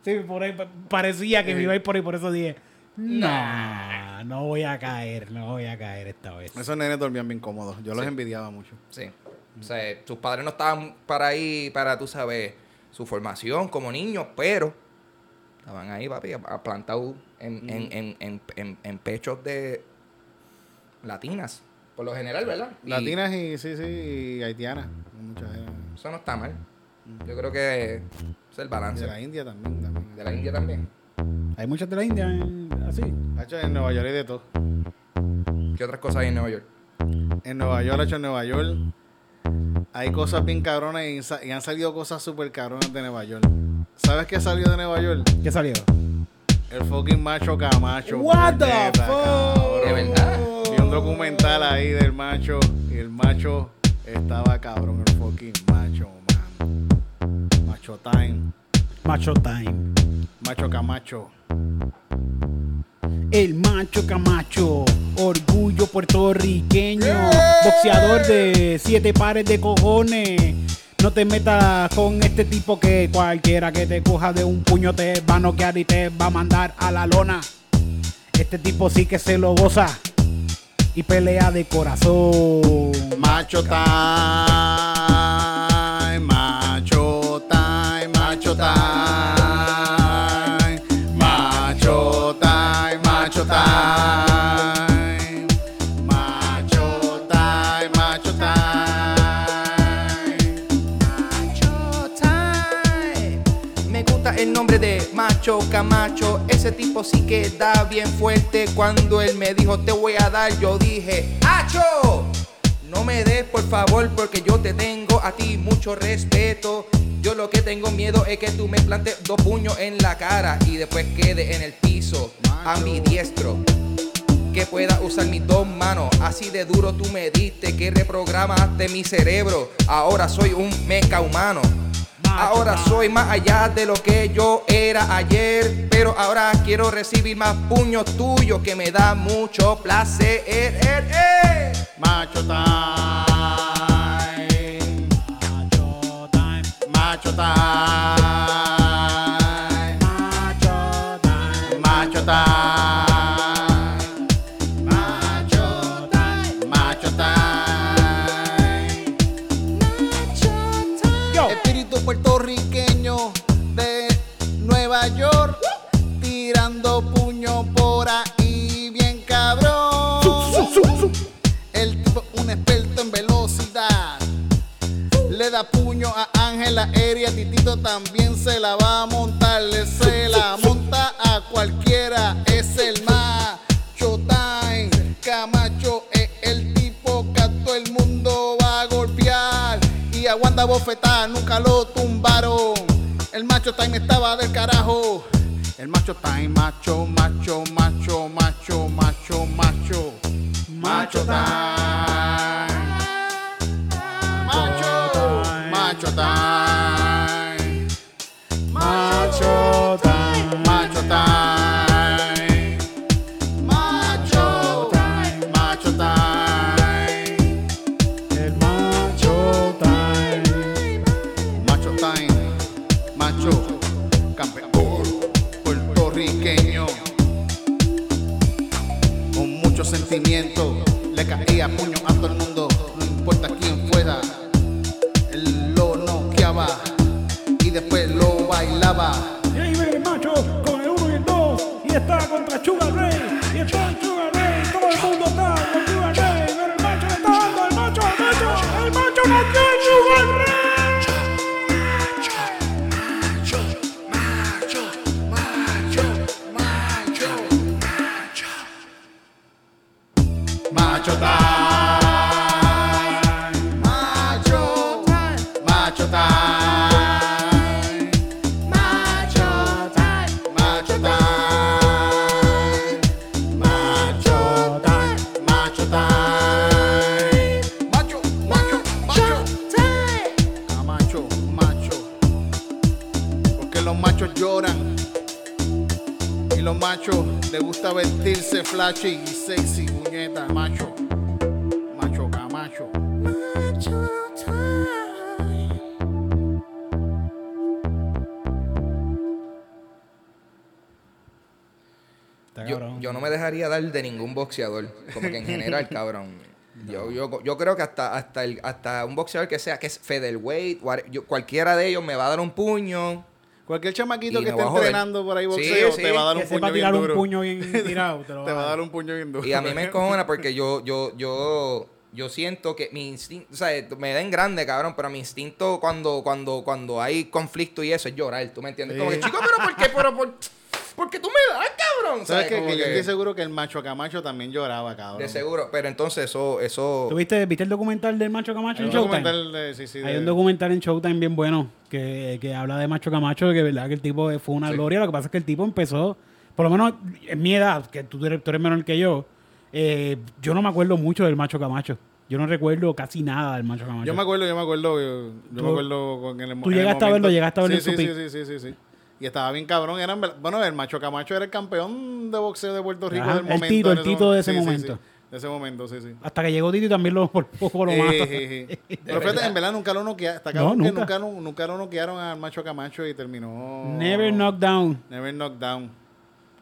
[SPEAKER 1] sí, por ahí pa- parecía que me iba a ir por ahí, por eso dije. No, no voy a caer, no voy a caer esta vez.
[SPEAKER 2] esos nenes dormían bien cómodos. Yo los envidiaba mucho.
[SPEAKER 3] Sí. O sea, tus padres no estaban para ahí, para tú sabes, su formación como niños, pero estaban ahí, papi, plantados en, en, en, en, en- en pechos de latinas, por lo general, ¿verdad? Y
[SPEAKER 2] Latinas y, sí, sí, y haitianas. Muchas eran.
[SPEAKER 3] Eso no está mal. Yo creo que es el balance.
[SPEAKER 2] De la India también. también.
[SPEAKER 3] De la India también.
[SPEAKER 1] Hay muchas de la India en- así.
[SPEAKER 2] Hacho, en Nueva York hay de todo.
[SPEAKER 3] ¿Qué otras cosas hay en Nueva York?
[SPEAKER 2] En Nueva York, hecho en Nueva York. Hay cosas bien cabronas y, sa- y han salido cosas súper cabronas de Nueva York. ¿Sabes qué salió de Nueva York?
[SPEAKER 1] ¿Qué salió?
[SPEAKER 2] El fucking macho Camacho.
[SPEAKER 1] What the
[SPEAKER 2] puñeta,
[SPEAKER 1] fuck?
[SPEAKER 2] cabrón.
[SPEAKER 3] De verdad.
[SPEAKER 2] Vi un documental ahí del macho y el macho estaba cabrón, el fucking macho, man. Macho time,
[SPEAKER 1] Macho Time.
[SPEAKER 2] macho Camacho.
[SPEAKER 1] El macho Camacho, orgullo puertorriqueño, boxeador de siete pares de cojones. No te metas con este tipo que cualquiera que te coja de un puño te va a noquear y te va a mandar a la lona. Este tipo sí que se lo goza y pelea de corazón.
[SPEAKER 2] Macho time, macho time, macho time, macho time, macho time, macho time, macho time.
[SPEAKER 3] Macho Time. Me gusta el nombre de Macho Camacho. Ese tipo sí que da bien fuerte. Cuando él me dijo te voy a dar, yo dije, ¡Acho! No me des por favor porque yo te tengo a ti mucho respeto. Yo lo que tengo miedo es que tú me plantes dos puños en la cara y después quede en el piso a
[SPEAKER 2] Macho.
[SPEAKER 3] mi diestro que pueda usar mis dos manos. Así de duro tú me diste que reprogramaste mi cerebro. Ahora soy un meca humano. Ahora soy más allá de lo que yo era ayer. Pero ahora quiero recibir más puños tuyos que me da mucho placer. Eh, eh, eh.
[SPEAKER 2] Macho time,
[SPEAKER 1] Macho time,
[SPEAKER 2] macho time.
[SPEAKER 1] macho time.
[SPEAKER 2] Macho time. Macho time. Macho time.
[SPEAKER 1] Yo.
[SPEAKER 2] Espíritu puertorriqueño de Nueva York. tirando puño por ahí, bien cabrón. El tipo, un experto en velocidad. Le da puño a Ángela Aérea, Titito también se la va a montar. Le se la monta a cualquiera, es el macho time. Camacho es el tipo que a todo el mundo va a golpear. Y a Wanda Bofetada nunca lo tumbaron. El macho time estaba del carajo. El macho time, macho, macho, macho, macho, macho, macho. Macho time. Macho,
[SPEAKER 1] time.
[SPEAKER 2] macho time,
[SPEAKER 1] Macho time.
[SPEAKER 2] macho time, macho time, macho time,
[SPEAKER 1] El macho time.
[SPEAKER 2] macho time, macho, campeón puertorriqueño, con mucho sentimiento, le caía puño a todo el mundo, no importa quién fuera, él lo noqueaba y después lo bailaba.
[SPEAKER 1] Y ahí ve el macho con el 1 y el 2. Y está contra Sugar Ray. Y está el Sugar Ray. Todo el mundo está con Sugar Ray. Pero el macho le está dando al macho, al macho. El macho le dio el Sugar Ray.
[SPEAKER 2] Macho time. Macho time. Macho time. Macho time. Macho time. Macho time. Macho time. Macho, macho, macho. Camacho, Ah, macho. Porque los machos lloran. Y los machos les gusta vestirse flashy y sexy, puñeta, macho. Macho camacho.
[SPEAKER 3] Yo, yo no me dejaría dar de ningún boxeador. Como que en general, cabrón. Yo, yo, yo creo que hasta, hasta, el, hasta un boxeador que sea, que es featherweight, what- yo- cualquiera de ellos me va a dar un puño.
[SPEAKER 2] Cualquier chamaquito
[SPEAKER 3] Y
[SPEAKER 2] que
[SPEAKER 3] me
[SPEAKER 2] esté
[SPEAKER 3] va a joder.
[SPEAKER 2] entrenando por ahí
[SPEAKER 3] Sí,
[SPEAKER 2] boxeo
[SPEAKER 3] sí.
[SPEAKER 2] te va a dar
[SPEAKER 1] Que
[SPEAKER 2] un
[SPEAKER 1] sepa
[SPEAKER 2] puño
[SPEAKER 1] tirar
[SPEAKER 2] bien
[SPEAKER 1] un
[SPEAKER 2] duro.
[SPEAKER 1] puño bien tirado. Te, lo
[SPEAKER 2] Te va a dar un puño bien duro.
[SPEAKER 3] Y a mí me encojona porque yo, yo, yo, yo siento que mi instinto, o sea, me den grande, cabrón, pero mi instinto cuando, cuando, cuando hay conflicto y eso es llorar, ¿tú me entiendes? Como que,
[SPEAKER 2] Sí.
[SPEAKER 3] chico, pero ¿por qué? Pero por, ¿por qué tú me das, cabrón?
[SPEAKER 2] ¿Sabes qué?
[SPEAKER 3] Como
[SPEAKER 2] Que yo
[SPEAKER 3] que-
[SPEAKER 2] estoy seguro que el macho camacho también lloraba, cabrón.
[SPEAKER 3] De seguro, pero entonces eso, eso,
[SPEAKER 1] ¿Tuviste, viste el documental del Macho Camacho
[SPEAKER 2] Hay
[SPEAKER 1] en
[SPEAKER 2] un
[SPEAKER 1] Showtime?
[SPEAKER 2] documental de- sí, sí,
[SPEAKER 1] Hay
[SPEAKER 2] de-
[SPEAKER 1] un documental en Showtime bien bueno que, que habla de Macho Camacho, que verdad que el tipo fue una
[SPEAKER 3] Sí.
[SPEAKER 1] gloria. Lo que pasa es que el tipo empezó, por lo menos en mi edad, que tú eres, tú eres menor que yo, eh, yo no me acuerdo mucho del Macho Camacho. Yo no recuerdo casi nada del Macho Camacho.
[SPEAKER 2] Yo me acuerdo, yo me acuerdo, yo, yo
[SPEAKER 1] Tú-
[SPEAKER 2] me acuerdo con el
[SPEAKER 1] tú
[SPEAKER 2] en el
[SPEAKER 1] llegaste a verlo,
[SPEAKER 2] momento.
[SPEAKER 1] llegaste a verlo
[SPEAKER 2] sí,
[SPEAKER 1] en
[SPEAKER 2] sí,
[SPEAKER 1] su
[SPEAKER 2] sí, sí, sí, sí, sí. Y estaba bien cabrón, eran, ver- bueno, el macho Camacho era el campeón de boxeo de Puerto Rico
[SPEAKER 1] Ajá,
[SPEAKER 2] del
[SPEAKER 1] el
[SPEAKER 2] momento.
[SPEAKER 1] Tito,
[SPEAKER 2] en
[SPEAKER 1] el Tito de
[SPEAKER 2] mom-
[SPEAKER 1] ese
[SPEAKER 2] sí, sí,
[SPEAKER 1] momento.
[SPEAKER 2] sí, de ese momento, sí, sí.
[SPEAKER 1] Hasta que llegó Tito y también lo, por poco lo mata.
[SPEAKER 2] Eh, eh, eh. Pero fíjate, en verdad nunca lo noquearon, está
[SPEAKER 1] No,
[SPEAKER 2] cabrón que
[SPEAKER 1] nunca.
[SPEAKER 2] nunca. lo- nunca, lo noquearon al macho Camacho y terminó...
[SPEAKER 1] Never knock down.
[SPEAKER 2] Never knock down.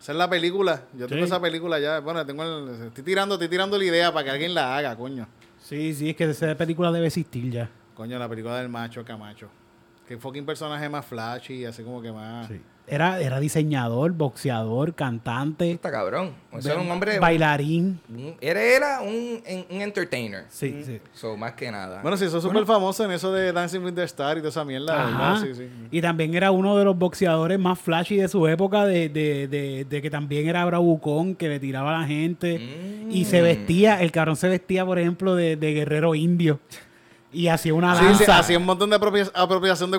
[SPEAKER 2] Esa es la película, yo tengo
[SPEAKER 1] Sí.
[SPEAKER 2] esa película ya, bueno, tengo el- estoy tirando, estoy tirando la idea para que alguien la haga, coño.
[SPEAKER 1] Sí, sí, es que esa película debe existir ya.
[SPEAKER 2] Coño, la película del macho Camacho. Que fucking personaje más flashy, así como que más...
[SPEAKER 1] Era, era diseñador, boxeador, cantante,
[SPEAKER 3] está cabrón. O sea, era un hombre,
[SPEAKER 1] bailarín.
[SPEAKER 3] un- era, era un, en- un entertainer.
[SPEAKER 1] Sí,
[SPEAKER 2] Mm.
[SPEAKER 1] sí.
[SPEAKER 3] So, más que nada.
[SPEAKER 2] Bueno, sí, eso es súper famoso en eso de Dancing with the Star y toda esa mierda,
[SPEAKER 1] Ajá.
[SPEAKER 2] ¿verdad? Sí, sí.
[SPEAKER 1] Y también era uno de los boxeadores más flashy de su época, de, de- de- de que también era bravucón, que le tiraba a la gente. Y se vestía, el cabrón se vestía, por ejemplo, de, de guerrero indio. Y hacía una
[SPEAKER 2] Sí, sí,
[SPEAKER 1] danza.
[SPEAKER 2] hacía un montón de apropia- apropiación de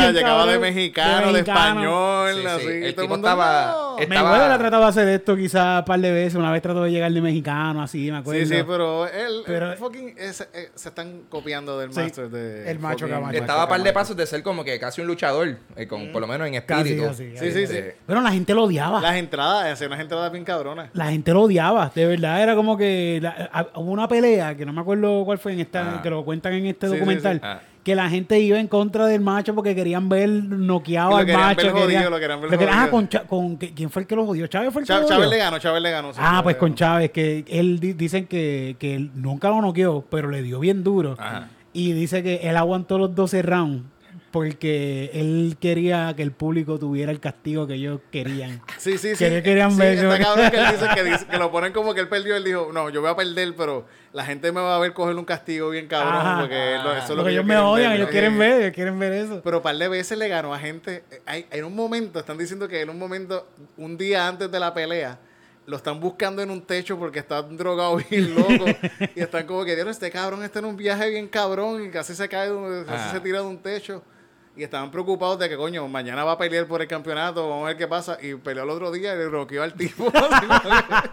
[SPEAKER 1] Sí,
[SPEAKER 2] llegaba de
[SPEAKER 1] cabrón,
[SPEAKER 2] mexicano,
[SPEAKER 1] de
[SPEAKER 2] de
[SPEAKER 1] mexicano.
[SPEAKER 2] español,
[SPEAKER 3] Sí, sí,
[SPEAKER 2] así.
[SPEAKER 3] el
[SPEAKER 2] todo
[SPEAKER 3] tipo
[SPEAKER 2] mundo,
[SPEAKER 3] estaba-
[SPEAKER 2] "No".
[SPEAKER 3] estaba-
[SPEAKER 1] Mayweather ha tratado de hacer esto quizás un par de veces. Una vez trató de llegar de mexicano, así, me acuerdo.
[SPEAKER 2] Sí, pues. sí, pero él,
[SPEAKER 1] Pero-
[SPEAKER 2] él fucking, es- eh, se están copiando del
[SPEAKER 1] Sí,
[SPEAKER 2] master de...
[SPEAKER 1] el macho
[SPEAKER 2] fucking-
[SPEAKER 1] Camacho.
[SPEAKER 3] Estaba a par de pasos de ser como que casi un luchador, eh, con, por lo menos en
[SPEAKER 1] Mm. Casi,
[SPEAKER 3] espíritu.
[SPEAKER 1] casi,
[SPEAKER 2] Sí, sí, sí.
[SPEAKER 1] Pero la gente lo odiaba.
[SPEAKER 2] Las entradas, hacía unas entradas bien cabronas.
[SPEAKER 1] la gente lo odiaba, de verdad, era como que la- a- hubo una pelea, que no me acuerdo cuál fue, en esta,
[SPEAKER 3] Ah.
[SPEAKER 1] que lo cuentan en este
[SPEAKER 2] Sí, sí,
[SPEAKER 1] documental,
[SPEAKER 2] sí.
[SPEAKER 3] Ah.
[SPEAKER 1] que la gente iba en contra del macho porque querían ver noqueado
[SPEAKER 2] Que lo
[SPEAKER 1] al
[SPEAKER 2] querían
[SPEAKER 1] macho.
[SPEAKER 2] ver jodido,
[SPEAKER 1] querían-
[SPEAKER 2] lo querían ver
[SPEAKER 1] lo querían- ah,
[SPEAKER 2] jodido.
[SPEAKER 1] con, Cha- con- ¿quién fue el que lo jodió? ¿Chávez fue el que
[SPEAKER 2] Chá-
[SPEAKER 1] lo
[SPEAKER 2] Chávez
[SPEAKER 1] jodió?
[SPEAKER 2] le ganó, Chávez le ganó. sí,
[SPEAKER 1] Ah,
[SPEAKER 2] Chávez
[SPEAKER 1] pues
[SPEAKER 2] le
[SPEAKER 1] con
[SPEAKER 2] ganó.
[SPEAKER 1] Chávez, que él di- dicen que, que él nunca lo noqueó, pero le dio bien duro.
[SPEAKER 3] Ajá.
[SPEAKER 1] Y dice que él aguantó los 12 rounds porque él quería que el público tuviera el castigo que ellos querían.
[SPEAKER 2] Sí, sí, sí.
[SPEAKER 1] Que no querían
[SPEAKER 2] Sí,
[SPEAKER 1] ver,
[SPEAKER 2] está
[SPEAKER 1] ¿no?
[SPEAKER 2] cabrón que él dice que, dice- que lo ponen como que él perdió. Él dijo, no, yo voy a perder, pero la gente me va a ver coger un castigo bien cabrón.
[SPEAKER 1] Ajá.
[SPEAKER 2] porque él- eso es lo
[SPEAKER 1] porque
[SPEAKER 2] que
[SPEAKER 1] ellos me odian, ellos
[SPEAKER 2] ¿no?
[SPEAKER 1] quieren
[SPEAKER 2] Sí.
[SPEAKER 1] ver, ellos quieren ver eso.
[SPEAKER 2] Pero un par de veces le ganó a gente. Eh, Hay, en un momento, están diciendo que en un momento, un día antes de la pelea, lo están buscando en un techo porque están drogados y locos. y están como que, Dios, este cabrón está en un viaje bien cabrón y casi se cae, de un-
[SPEAKER 4] Ah.
[SPEAKER 2] casi se tira de un techo. Y estaban preocupados de que, coño, mañana va a pelear por el campeonato, vamos a ver qué pasa. Y peleó el otro día y le bloqueó al tipo.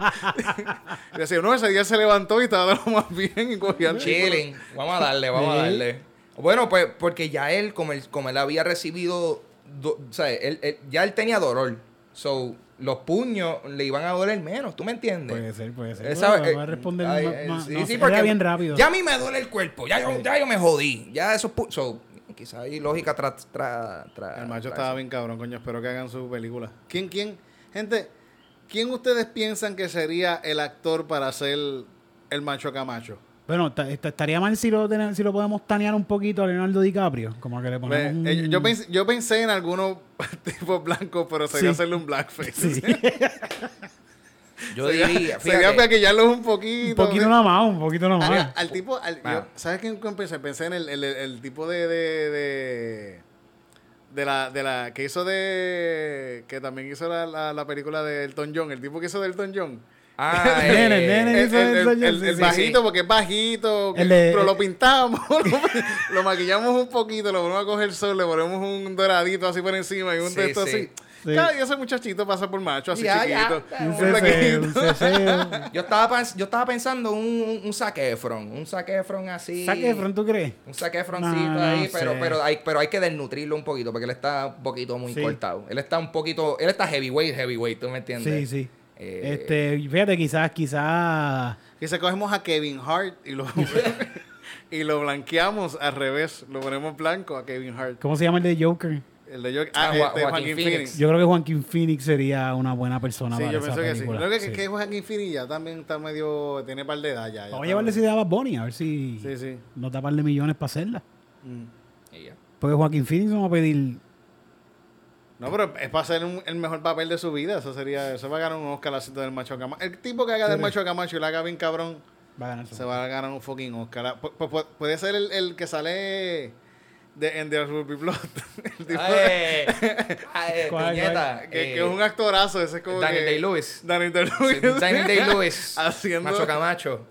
[SPEAKER 2] y decía, no, ese día se levantó y estaba de lo más bien y cogía al chico.
[SPEAKER 3] Chilling. Vamos a darle, vamos a darle. Bueno, pues porque ya él, como él, como él había recibido, do- o sea, él- él- ya él tenía dolor. So, los puños le iban a doler menos, ¿tú me entiendes?
[SPEAKER 1] Puede ser, puede ser.
[SPEAKER 3] Esa-
[SPEAKER 1] Bueno,
[SPEAKER 3] eh,
[SPEAKER 1] va a responder
[SPEAKER 3] ay,
[SPEAKER 1] más-
[SPEAKER 3] eh,
[SPEAKER 1] más-
[SPEAKER 3] sí,
[SPEAKER 1] no
[SPEAKER 3] sí,
[SPEAKER 1] sé,
[SPEAKER 3] porque
[SPEAKER 1] era bien rápido.
[SPEAKER 3] Ya a mí me duele el cuerpo, ya yo, ya yo me jodí. Ya esos pu- so, quizás hay lógica tras... Tra, tra-
[SPEAKER 2] El macho
[SPEAKER 3] tra-
[SPEAKER 2] estaba bien cabrón, coño. Espero que hagan su película. ¿Quién, quién? Gente, ¿quién ustedes piensan que sería el actor para hacer el macho Camacho?
[SPEAKER 1] Bueno, ta- esta- estaría mal si lo, tenemos- si lo podemos tanear un poquito a Leonardo DiCaprio. Como que le
[SPEAKER 2] Ve,
[SPEAKER 1] ponemos.
[SPEAKER 2] eh,
[SPEAKER 1] un-
[SPEAKER 2] yo, pensé, yo pensé en algunos tipos blancos, pero sería
[SPEAKER 1] Sí.
[SPEAKER 2] hacerle un blackface.
[SPEAKER 1] Sí.
[SPEAKER 3] Yo
[SPEAKER 2] sería,
[SPEAKER 3] diría,
[SPEAKER 2] sería
[SPEAKER 3] fíjate,
[SPEAKER 2] maquillarlos un
[SPEAKER 1] un
[SPEAKER 2] poquito.
[SPEAKER 1] poquito nada más, un poquito nada
[SPEAKER 2] Al,
[SPEAKER 1] más.
[SPEAKER 2] al tipo, al- yo-
[SPEAKER 3] Ah.
[SPEAKER 2] ¿sabes qué pensé? Pensé en el, el- el- el tipo de, de, de, de la, de la, que hizo de, que también hizo la, la, la película de Elton John, el tipo que hizo de Elton John.
[SPEAKER 3] ah,
[SPEAKER 1] Nene,
[SPEAKER 3] eh,
[SPEAKER 1] nene.
[SPEAKER 2] El,
[SPEAKER 1] Eso
[SPEAKER 2] el-
[SPEAKER 1] es lo
[SPEAKER 2] el-
[SPEAKER 1] yo-
[SPEAKER 2] el-
[SPEAKER 1] sí,
[SPEAKER 2] el
[SPEAKER 1] sí,
[SPEAKER 2] bajito,
[SPEAKER 3] sí.
[SPEAKER 2] porque es bajito, que-
[SPEAKER 1] El de-
[SPEAKER 2] pero lo pintamos, lo, lo maquillamos un poquito, lo ponemos a coger sol, le ponemos un doradito así por encima y un
[SPEAKER 3] Sí,
[SPEAKER 2] texto
[SPEAKER 3] sí.
[SPEAKER 2] así.
[SPEAKER 1] Sí.
[SPEAKER 2] Claro, y ese muchachito pasa por macho, así
[SPEAKER 3] Ya, ya.
[SPEAKER 2] chiquito.
[SPEAKER 3] al-
[SPEAKER 1] Un
[SPEAKER 2] un
[SPEAKER 1] ceseo, un
[SPEAKER 2] blanquito.
[SPEAKER 1] ceseo.
[SPEAKER 3] Yo estaba, pens- yo estaba pensando un, un saquefron, un saquefron así.
[SPEAKER 1] ¿Saque de frente, tú crees?
[SPEAKER 3] Un saquefroncito
[SPEAKER 1] No, no
[SPEAKER 3] ahí,
[SPEAKER 1] sé.
[SPEAKER 3] pero, pero, hay, pero hay que desnutrirlo un poquito, porque él está un poquito muy
[SPEAKER 1] Sí.
[SPEAKER 3] cortado. Él está un poquito, él está heavyweight, heavyweight, ¿tú me
[SPEAKER 1] Sí,
[SPEAKER 3] entiendes?
[SPEAKER 1] sí.
[SPEAKER 3] Eh,
[SPEAKER 1] Este, fíjate, quizás, quizás.
[SPEAKER 2] Y se cogemos a Kevin Hart y lo, y lo blanqueamos al revés, lo ponemos blanco a Kevin Hart.
[SPEAKER 1] ¿Cómo se llama el de Joker?
[SPEAKER 2] El de Joker- ah,
[SPEAKER 3] Ah, Jo-
[SPEAKER 2] este,
[SPEAKER 3] Joaquin
[SPEAKER 2] Joaquín
[SPEAKER 3] Phoenix.
[SPEAKER 2] Phoenix.
[SPEAKER 1] Yo creo que Joaquín Phoenix sería una buena persona
[SPEAKER 2] Sí,
[SPEAKER 1] para
[SPEAKER 2] yo
[SPEAKER 1] esa
[SPEAKER 2] pienso que sí.
[SPEAKER 1] película.
[SPEAKER 2] Creo que,
[SPEAKER 1] Sí.
[SPEAKER 2] que Joaquín Phoenix ya también está medio, tiene par de edad ya. ya
[SPEAKER 1] Vamos
[SPEAKER 2] está-
[SPEAKER 1] a llevarle esa idea a Bad Bunny, a ver si
[SPEAKER 2] Sí, sí.
[SPEAKER 1] nos da par de millones para hacerla.
[SPEAKER 3] y ya.
[SPEAKER 1] Porque Joaquín Phoenix nos va a pedir.
[SPEAKER 2] No, pero es para hacer un- el mejor papel de su vida. Eso sería, eso va a ganar un Oscar así del macho Camacho. El tipo que haga del macho Camacho y lo haga bien cabrón,
[SPEAKER 1] Va a ganar su-
[SPEAKER 2] se va a ganar un fucking Oscar. Ah, pu- pu- pu- puede ser el, el que sale de en The Ruby Plot. El tipo
[SPEAKER 3] Ay, ay,
[SPEAKER 1] ¿Cuál,
[SPEAKER 3] puñeta,
[SPEAKER 2] que,
[SPEAKER 3] eh,
[SPEAKER 2] que es un actorazo. Ese es como
[SPEAKER 3] Daniel
[SPEAKER 2] que-
[SPEAKER 3] Day-Lewis.
[SPEAKER 2] Daniel
[SPEAKER 3] sí,
[SPEAKER 2] Day-Lewis.
[SPEAKER 3] Daniel Day-Lewis,
[SPEAKER 2] Haciendo-
[SPEAKER 3] Macho Camacho,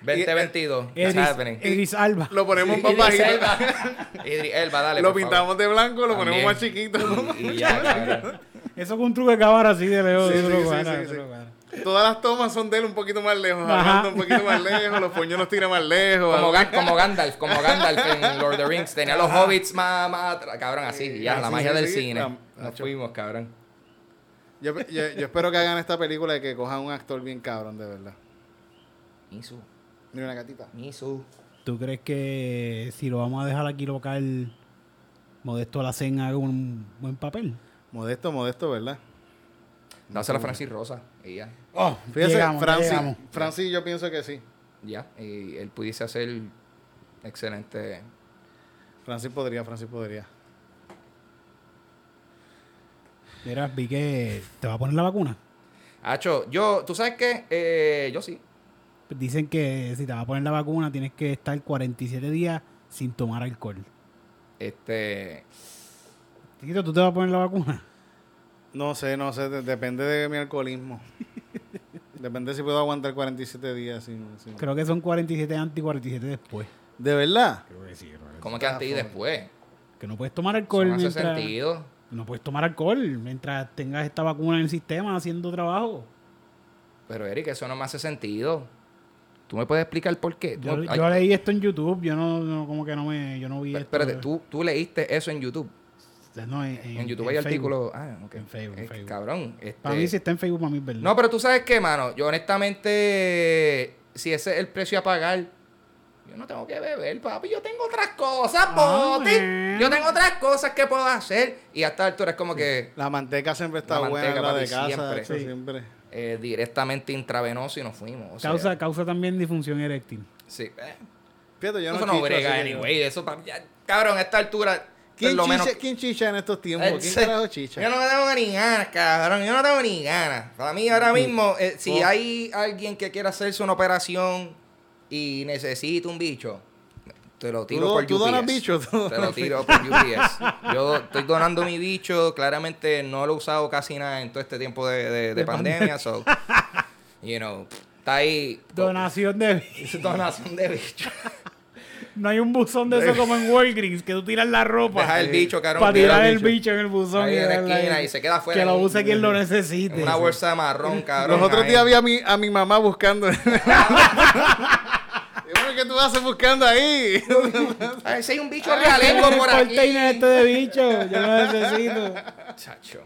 [SPEAKER 3] 2022,
[SPEAKER 1] Idris,
[SPEAKER 3] it's happening.
[SPEAKER 1] Idris Alba.
[SPEAKER 2] Lo ponemos más
[SPEAKER 3] Idris
[SPEAKER 2] bajito.
[SPEAKER 3] Elba, Idris Elba, dale,
[SPEAKER 2] Lo
[SPEAKER 3] por favor.
[SPEAKER 2] pintamos de blanco, lo
[SPEAKER 3] También.
[SPEAKER 2] ponemos más chiquito.
[SPEAKER 3] Y ya, cabrón.
[SPEAKER 1] Eso con un truco de cámara así de lejos.
[SPEAKER 2] Sí,
[SPEAKER 1] eso
[SPEAKER 2] sí,
[SPEAKER 1] lo
[SPEAKER 2] sí,
[SPEAKER 1] gana,
[SPEAKER 2] sí,
[SPEAKER 1] eso
[SPEAKER 2] sí.
[SPEAKER 1] lo gana.
[SPEAKER 2] Todas las tomas son de él un poquito más lejos,
[SPEAKER 1] Ajá.
[SPEAKER 2] hablando un poquito más lejos, los puños los tira más lejos.
[SPEAKER 3] Como,
[SPEAKER 2] algo
[SPEAKER 3] Gan- como Gandalf, como Gandalf en Lord of the Rings. Tenía los hobbits más, más atrás, cabrón, así. y ya,
[SPEAKER 2] Sí,
[SPEAKER 3] la
[SPEAKER 2] sí,
[SPEAKER 3] magia
[SPEAKER 2] sí,
[SPEAKER 3] del
[SPEAKER 2] sí,
[SPEAKER 3] cine.
[SPEAKER 2] la-
[SPEAKER 3] Nos fuimos, cabrón.
[SPEAKER 2] Yo, yo- yo espero que hagan esta película y que cojan un actor bien cabrón, de verdad.
[SPEAKER 3] Misu,
[SPEAKER 2] Mira una gatita.
[SPEAKER 3] Misu.
[SPEAKER 1] ¿Tú crees que si lo vamos a dejar aquí local, Modesto la haga un buen papel?
[SPEAKER 2] Modesto, modesto, ¿verdad?
[SPEAKER 3] Dásela a Francis Rosa. Y ya.
[SPEAKER 1] Oh,
[SPEAKER 2] Fíjese, Francis, Francis, yo pienso que sí.
[SPEAKER 3] Ya. Y él pudiese hacer excelente.
[SPEAKER 2] Francis podría, Francis podría.
[SPEAKER 1] Mira, vi que te va a poner la vacuna.
[SPEAKER 3] Hacho, yo, ¿tú sabes qué? Eh, yo sí.
[SPEAKER 1] Dicen que si te va a poner la vacuna tienes que estar 47 días sin tomar alcohol.
[SPEAKER 3] Este.
[SPEAKER 1] Tito, ¿tú te vas a poner la vacuna?
[SPEAKER 2] No sé, no sé, de- depende de mi alcoholismo. depende si puedo aguantar 47 días sin... sin-
[SPEAKER 1] Creo que son 47 antes y 47 después.
[SPEAKER 2] ¿De verdad?
[SPEAKER 3] ¿Cómo que antes y después?
[SPEAKER 1] Que no puedes tomar
[SPEAKER 3] Eso
[SPEAKER 1] alcohol
[SPEAKER 3] no hace
[SPEAKER 1] mientras...
[SPEAKER 3] sentido.
[SPEAKER 1] No puedes tomar alcohol mientras tengas esta vacuna en el sistema haciendo trabajo.
[SPEAKER 3] Pero Eric, eso no me hace sentido. ¿Tú me puedes explicar por qué? Tú
[SPEAKER 1] Yo,
[SPEAKER 3] me-
[SPEAKER 1] yo
[SPEAKER 3] Ay,
[SPEAKER 1] leí esto en YouTube, yo no, no- como que no me, yo no vi esto.
[SPEAKER 3] Espérate, tú, tú leíste eso en YouTube.
[SPEAKER 1] No, en, en-
[SPEAKER 3] En YouTube
[SPEAKER 1] en
[SPEAKER 3] hay
[SPEAKER 1] Facebook.
[SPEAKER 3] artículos. Ah, ok.
[SPEAKER 1] En Facebook, en
[SPEAKER 3] Eh,
[SPEAKER 1] Facebook.
[SPEAKER 3] Cabrón. Este,
[SPEAKER 1] Para mí si está en Facebook, para mí es verdad.
[SPEAKER 3] No, pero tú sabes qué, mano. Yo honestamente, si ese es el precio a pagar, yo no tengo que beber, papi. Yo tengo otras cosas,
[SPEAKER 1] Ah,
[SPEAKER 3] poti.
[SPEAKER 1] bueno.
[SPEAKER 3] Yo tengo otras cosas que puedo hacer. Y hasta altura es como que
[SPEAKER 2] La manteca siempre está
[SPEAKER 3] La
[SPEAKER 2] buena,
[SPEAKER 3] manteca,
[SPEAKER 2] la de
[SPEAKER 3] papi,
[SPEAKER 2] casa,
[SPEAKER 3] siempre.
[SPEAKER 2] eso
[SPEAKER 1] Sí.
[SPEAKER 2] siempre.
[SPEAKER 3] eh, directamente intravenoso y nos fuimos. o sea,
[SPEAKER 1] causa, causa también disfunción eréctil.
[SPEAKER 3] Sí. eh,
[SPEAKER 2] Fíjate, yo no
[SPEAKER 3] eso no
[SPEAKER 2] chicho, así
[SPEAKER 3] brega,
[SPEAKER 2] que-
[SPEAKER 3] anyway. Eso, papi, ya- cabrón, a esta altura. es
[SPEAKER 2] ¿Quién,
[SPEAKER 3] lo menos. Eh,
[SPEAKER 2] chicha, quién chicha en estos tiempos? ¿Quién
[SPEAKER 3] Ese-
[SPEAKER 2] carajo chicha?
[SPEAKER 3] Yo no tengo ni ganas, cabrón. Yo no tengo ni ganas. Para mí
[SPEAKER 2] Mm-hmm.
[SPEAKER 3] ahora mismo, eh,
[SPEAKER 2] Oh.
[SPEAKER 3] si hay alguien que quiera hacerse una operación y necesita un bicho, te lo tiro
[SPEAKER 2] do-
[SPEAKER 3] por
[SPEAKER 2] tú
[SPEAKER 3] UPS.
[SPEAKER 2] donas bicho, tú
[SPEAKER 3] Te lo
[SPEAKER 2] donas
[SPEAKER 3] tiro por UPS. Yo estoy donando mi bicho. Claramente no lo he usado casi nada en todo este tiempo de, de- de pandemia. So, you know, está ahí.
[SPEAKER 1] Donación de...
[SPEAKER 3] Donación de bicho.
[SPEAKER 1] No hay un buzón de eso como en Walgreens, que tú tiras la ropa.
[SPEAKER 3] Deja el bicho, cabrón.
[SPEAKER 1] Para tirar
[SPEAKER 3] Tira
[SPEAKER 1] el bicho en el buzón.
[SPEAKER 3] Ahí en la
[SPEAKER 1] darle-
[SPEAKER 3] esquina y se queda afuera
[SPEAKER 1] Que lo
[SPEAKER 3] en un-
[SPEAKER 1] use quien lo necesite.
[SPEAKER 3] Una bolsa marrón, cabrón.
[SPEAKER 2] Los otros
[SPEAKER 3] ahí.
[SPEAKER 2] días vi a mi, a mi mamá buscando. Y bueno, ¿Qué tú haces buscando ahí?
[SPEAKER 3] A ver si hay un bicho
[SPEAKER 1] Tiene
[SPEAKER 3] realengo
[SPEAKER 1] Ah, el
[SPEAKER 3] por aquí.
[SPEAKER 1] container este de bicho. Yo lo necesito.
[SPEAKER 3] Chacho.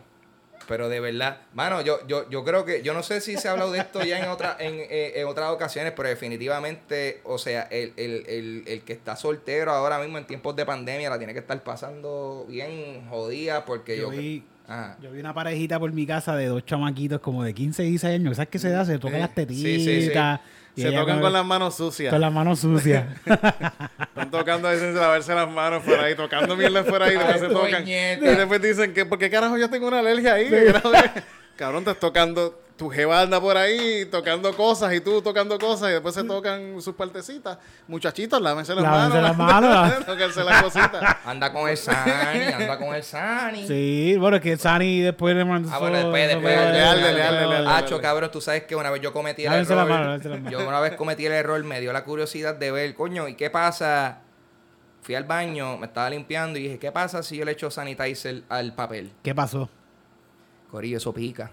[SPEAKER 3] Pero de verdad, mano, yo, yo, yo creo que, yo no sé si se ha hablado de esto ya en, otra, en, eh, en otras ocasiones, pero definitivamente, o sea, el, el, el, el que está soltero ahora mismo en tiempos de pandemia la tiene que estar pasando bien jodida porque yo... ah,
[SPEAKER 1] Yo vi,
[SPEAKER 3] Ajá.
[SPEAKER 1] yo vi una parejita por mi casa de dos chamaquitos como de 15 y 16 años. ¿Sabes qué se da? Se tocan
[SPEAKER 3] Sí,
[SPEAKER 1] las
[SPEAKER 3] sí, sí, sí.
[SPEAKER 1] tetitas. y
[SPEAKER 2] Se
[SPEAKER 1] ella
[SPEAKER 2] tocan
[SPEAKER 1] me-
[SPEAKER 2] con las manos sucias.
[SPEAKER 1] con las manos sucias.
[SPEAKER 2] Están tocando ahí sin lavarse las manos por ahí, tocando mierda por ahí, después se
[SPEAKER 3] Ay,
[SPEAKER 2] tocan.
[SPEAKER 3] puñeta.
[SPEAKER 2] Y después dicen que, ¿por qué carajo yo tengo una alergia ahí? ¿Qué carajo es? Cabrón, estás tocando, tu jeva anda por ahí tocando cosas y tú tocando cosas y después se tocan sus partecitas. Muchachitos, lávense las
[SPEAKER 1] Lávense las
[SPEAKER 2] manos.
[SPEAKER 1] manos.
[SPEAKER 2] Tóquense las cositas.
[SPEAKER 3] Anda con el Sani, anda con el Sani.
[SPEAKER 1] sí, bueno, es que Sani después le mandó.
[SPEAKER 3] Ah, bueno, después,
[SPEAKER 1] eso-
[SPEAKER 3] después.
[SPEAKER 1] eso-
[SPEAKER 2] dale, dale,
[SPEAKER 1] eso-
[SPEAKER 2] dale, dale.
[SPEAKER 3] Hacho, cabrón, tú sabes que una vez yo cometí el
[SPEAKER 1] Lávense la
[SPEAKER 3] error.
[SPEAKER 1] mano, lávense la mano.
[SPEAKER 3] Yo una vez cometí el error, me dio la curiosidad de ver, coño, ¿y qué pasa? Fui al baño, me estaba limpiando y dije, ¿qué pasa si yo le echo sanitizer al papel?
[SPEAKER 1] ¿Qué pasó?
[SPEAKER 3] Corillo, eso pica.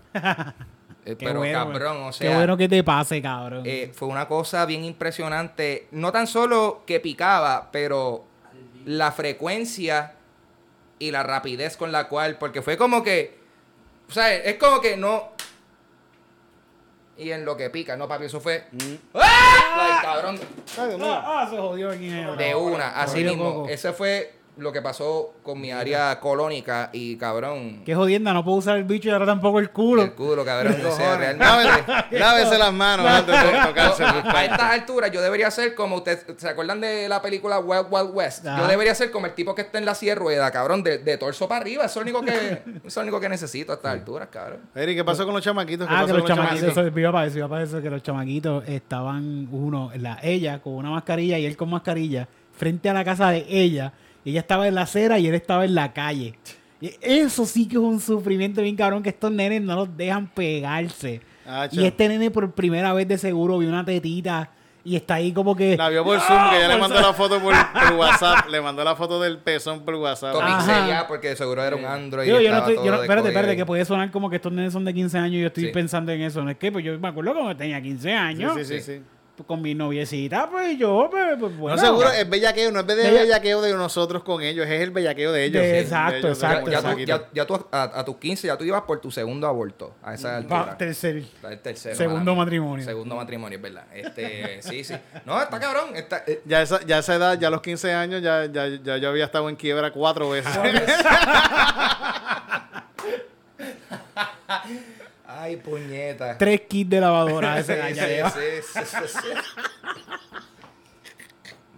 [SPEAKER 3] Eh,
[SPEAKER 1] Qué
[SPEAKER 3] Pero
[SPEAKER 1] bueno,
[SPEAKER 3] cabrón, o sea,
[SPEAKER 1] Qué bueno que te pase, cabrón.
[SPEAKER 3] eh, fue una cosa bien impresionante. No tan solo que picaba, pero la frecuencia y la rapidez con la cual, porque fue como que, o sea, es como que no. Y en lo que pica, no, papi, eso fue. ¡Ah! Like, cabrón,
[SPEAKER 2] Ay, Dios mío.
[SPEAKER 1] Ah, ah, se jodió aquí. eh,
[SPEAKER 3] de
[SPEAKER 1] bro.
[SPEAKER 3] una, así
[SPEAKER 1] Corrido
[SPEAKER 3] mismo.
[SPEAKER 1] coco.
[SPEAKER 3] Ese fue lo que pasó con mi área colónica y cabrón.
[SPEAKER 1] Qué jodienda, no puedo usar el bicho y ahora tampoco el culo.
[SPEAKER 3] El culo, cabrón. O sea,
[SPEAKER 2] Cojones,
[SPEAKER 3] realmente.
[SPEAKER 2] lávense- Lávese las manos antes de tocarse sus
[SPEAKER 3] a
[SPEAKER 2] partes.
[SPEAKER 3] estas alturas yo debería ser como ustedes se acuerdan de la película Wild Wild West
[SPEAKER 1] Ajá.
[SPEAKER 3] yo debería ser como el tipo que está en la silla de rueda cabrón de, de torso para arriba eso es lo único que eso es lo único que necesito a estas alturas cabrón
[SPEAKER 2] Eric, ¿qué pasó con los chamaquitos? ¿Qué
[SPEAKER 1] Ah,
[SPEAKER 2] pasó
[SPEAKER 1] que los
[SPEAKER 2] con los
[SPEAKER 1] chamaquitos, eso, iba para eso, iba para eso, que los chamaquitos estaban uno, la, ella con una mascarilla y él con mascarilla, frente a la casa de ella, y ella estaba en la acera y él estaba en la calle. Y eso sí que es un sufrimiento bien cabrón, que estos nenes no los dejan pegarse.
[SPEAKER 2] Ah,
[SPEAKER 1] y
[SPEAKER 2] chao.
[SPEAKER 1] este nene por primera vez de seguro vio una tetita y está ahí como que...
[SPEAKER 2] La vio por Zoom, que ya le
[SPEAKER 1] Ah, por
[SPEAKER 2] mandó la foto por, por WhatsApp. Le mandó la foto del pezón por WhatsApp. Ah,
[SPEAKER 3] Topic
[SPEAKER 1] Ajá.
[SPEAKER 3] sería porque seguro era un Android
[SPEAKER 1] Digo,
[SPEAKER 3] y
[SPEAKER 1] yo no
[SPEAKER 3] estaba
[SPEAKER 1] estoy, yo no-
[SPEAKER 3] todo
[SPEAKER 1] espérate, espérate, que
[SPEAKER 3] descodido.
[SPEAKER 1] puede sonar como que estos nenes son de 15 años y yo estoy
[SPEAKER 3] Sí.
[SPEAKER 1] pensando en eso. No es que, pues yo me acuerdo cuando tenía 15 años.
[SPEAKER 2] Sí, sí, sí, sí.
[SPEAKER 1] pues, con mi noviecita, pues yo, pues, pues,
[SPEAKER 2] No,
[SPEAKER 1] bueno.
[SPEAKER 2] seguro es bellaqueo, no es el
[SPEAKER 1] Bella-
[SPEAKER 2] bellaqueo de nosotros con ellos, es el bellaqueo de ellos.
[SPEAKER 1] De-
[SPEAKER 2] sí,
[SPEAKER 1] exacto,
[SPEAKER 2] de ellos, de
[SPEAKER 1] exacto,
[SPEAKER 2] los
[SPEAKER 3] ya, tú,
[SPEAKER 2] chamaquitos.
[SPEAKER 3] ya, ya tú a, a tus 15 ya tú ibas por tu segundo aborto a esa altura
[SPEAKER 1] Va, tercer.
[SPEAKER 3] El tercero,
[SPEAKER 1] Segundo
[SPEAKER 3] mala mía.
[SPEAKER 1] matrimonio.
[SPEAKER 3] Segundo matrimonio, es verdad. Este, sí, sí. No, está cabrón. Está, eh,
[SPEAKER 2] Ya esa, ya esa edad, ya a los 15 años, ya, ya, ya yo había estado en quiebra cuatro veces.
[SPEAKER 1] Ah,
[SPEAKER 3] Ay, puñeta.
[SPEAKER 1] Tres kits de lavadora. a esa edad
[SPEAKER 3] Sí,
[SPEAKER 1] Ah, ya
[SPEAKER 3] sí,
[SPEAKER 1] lleva.
[SPEAKER 3] sí, sí, sí, sí.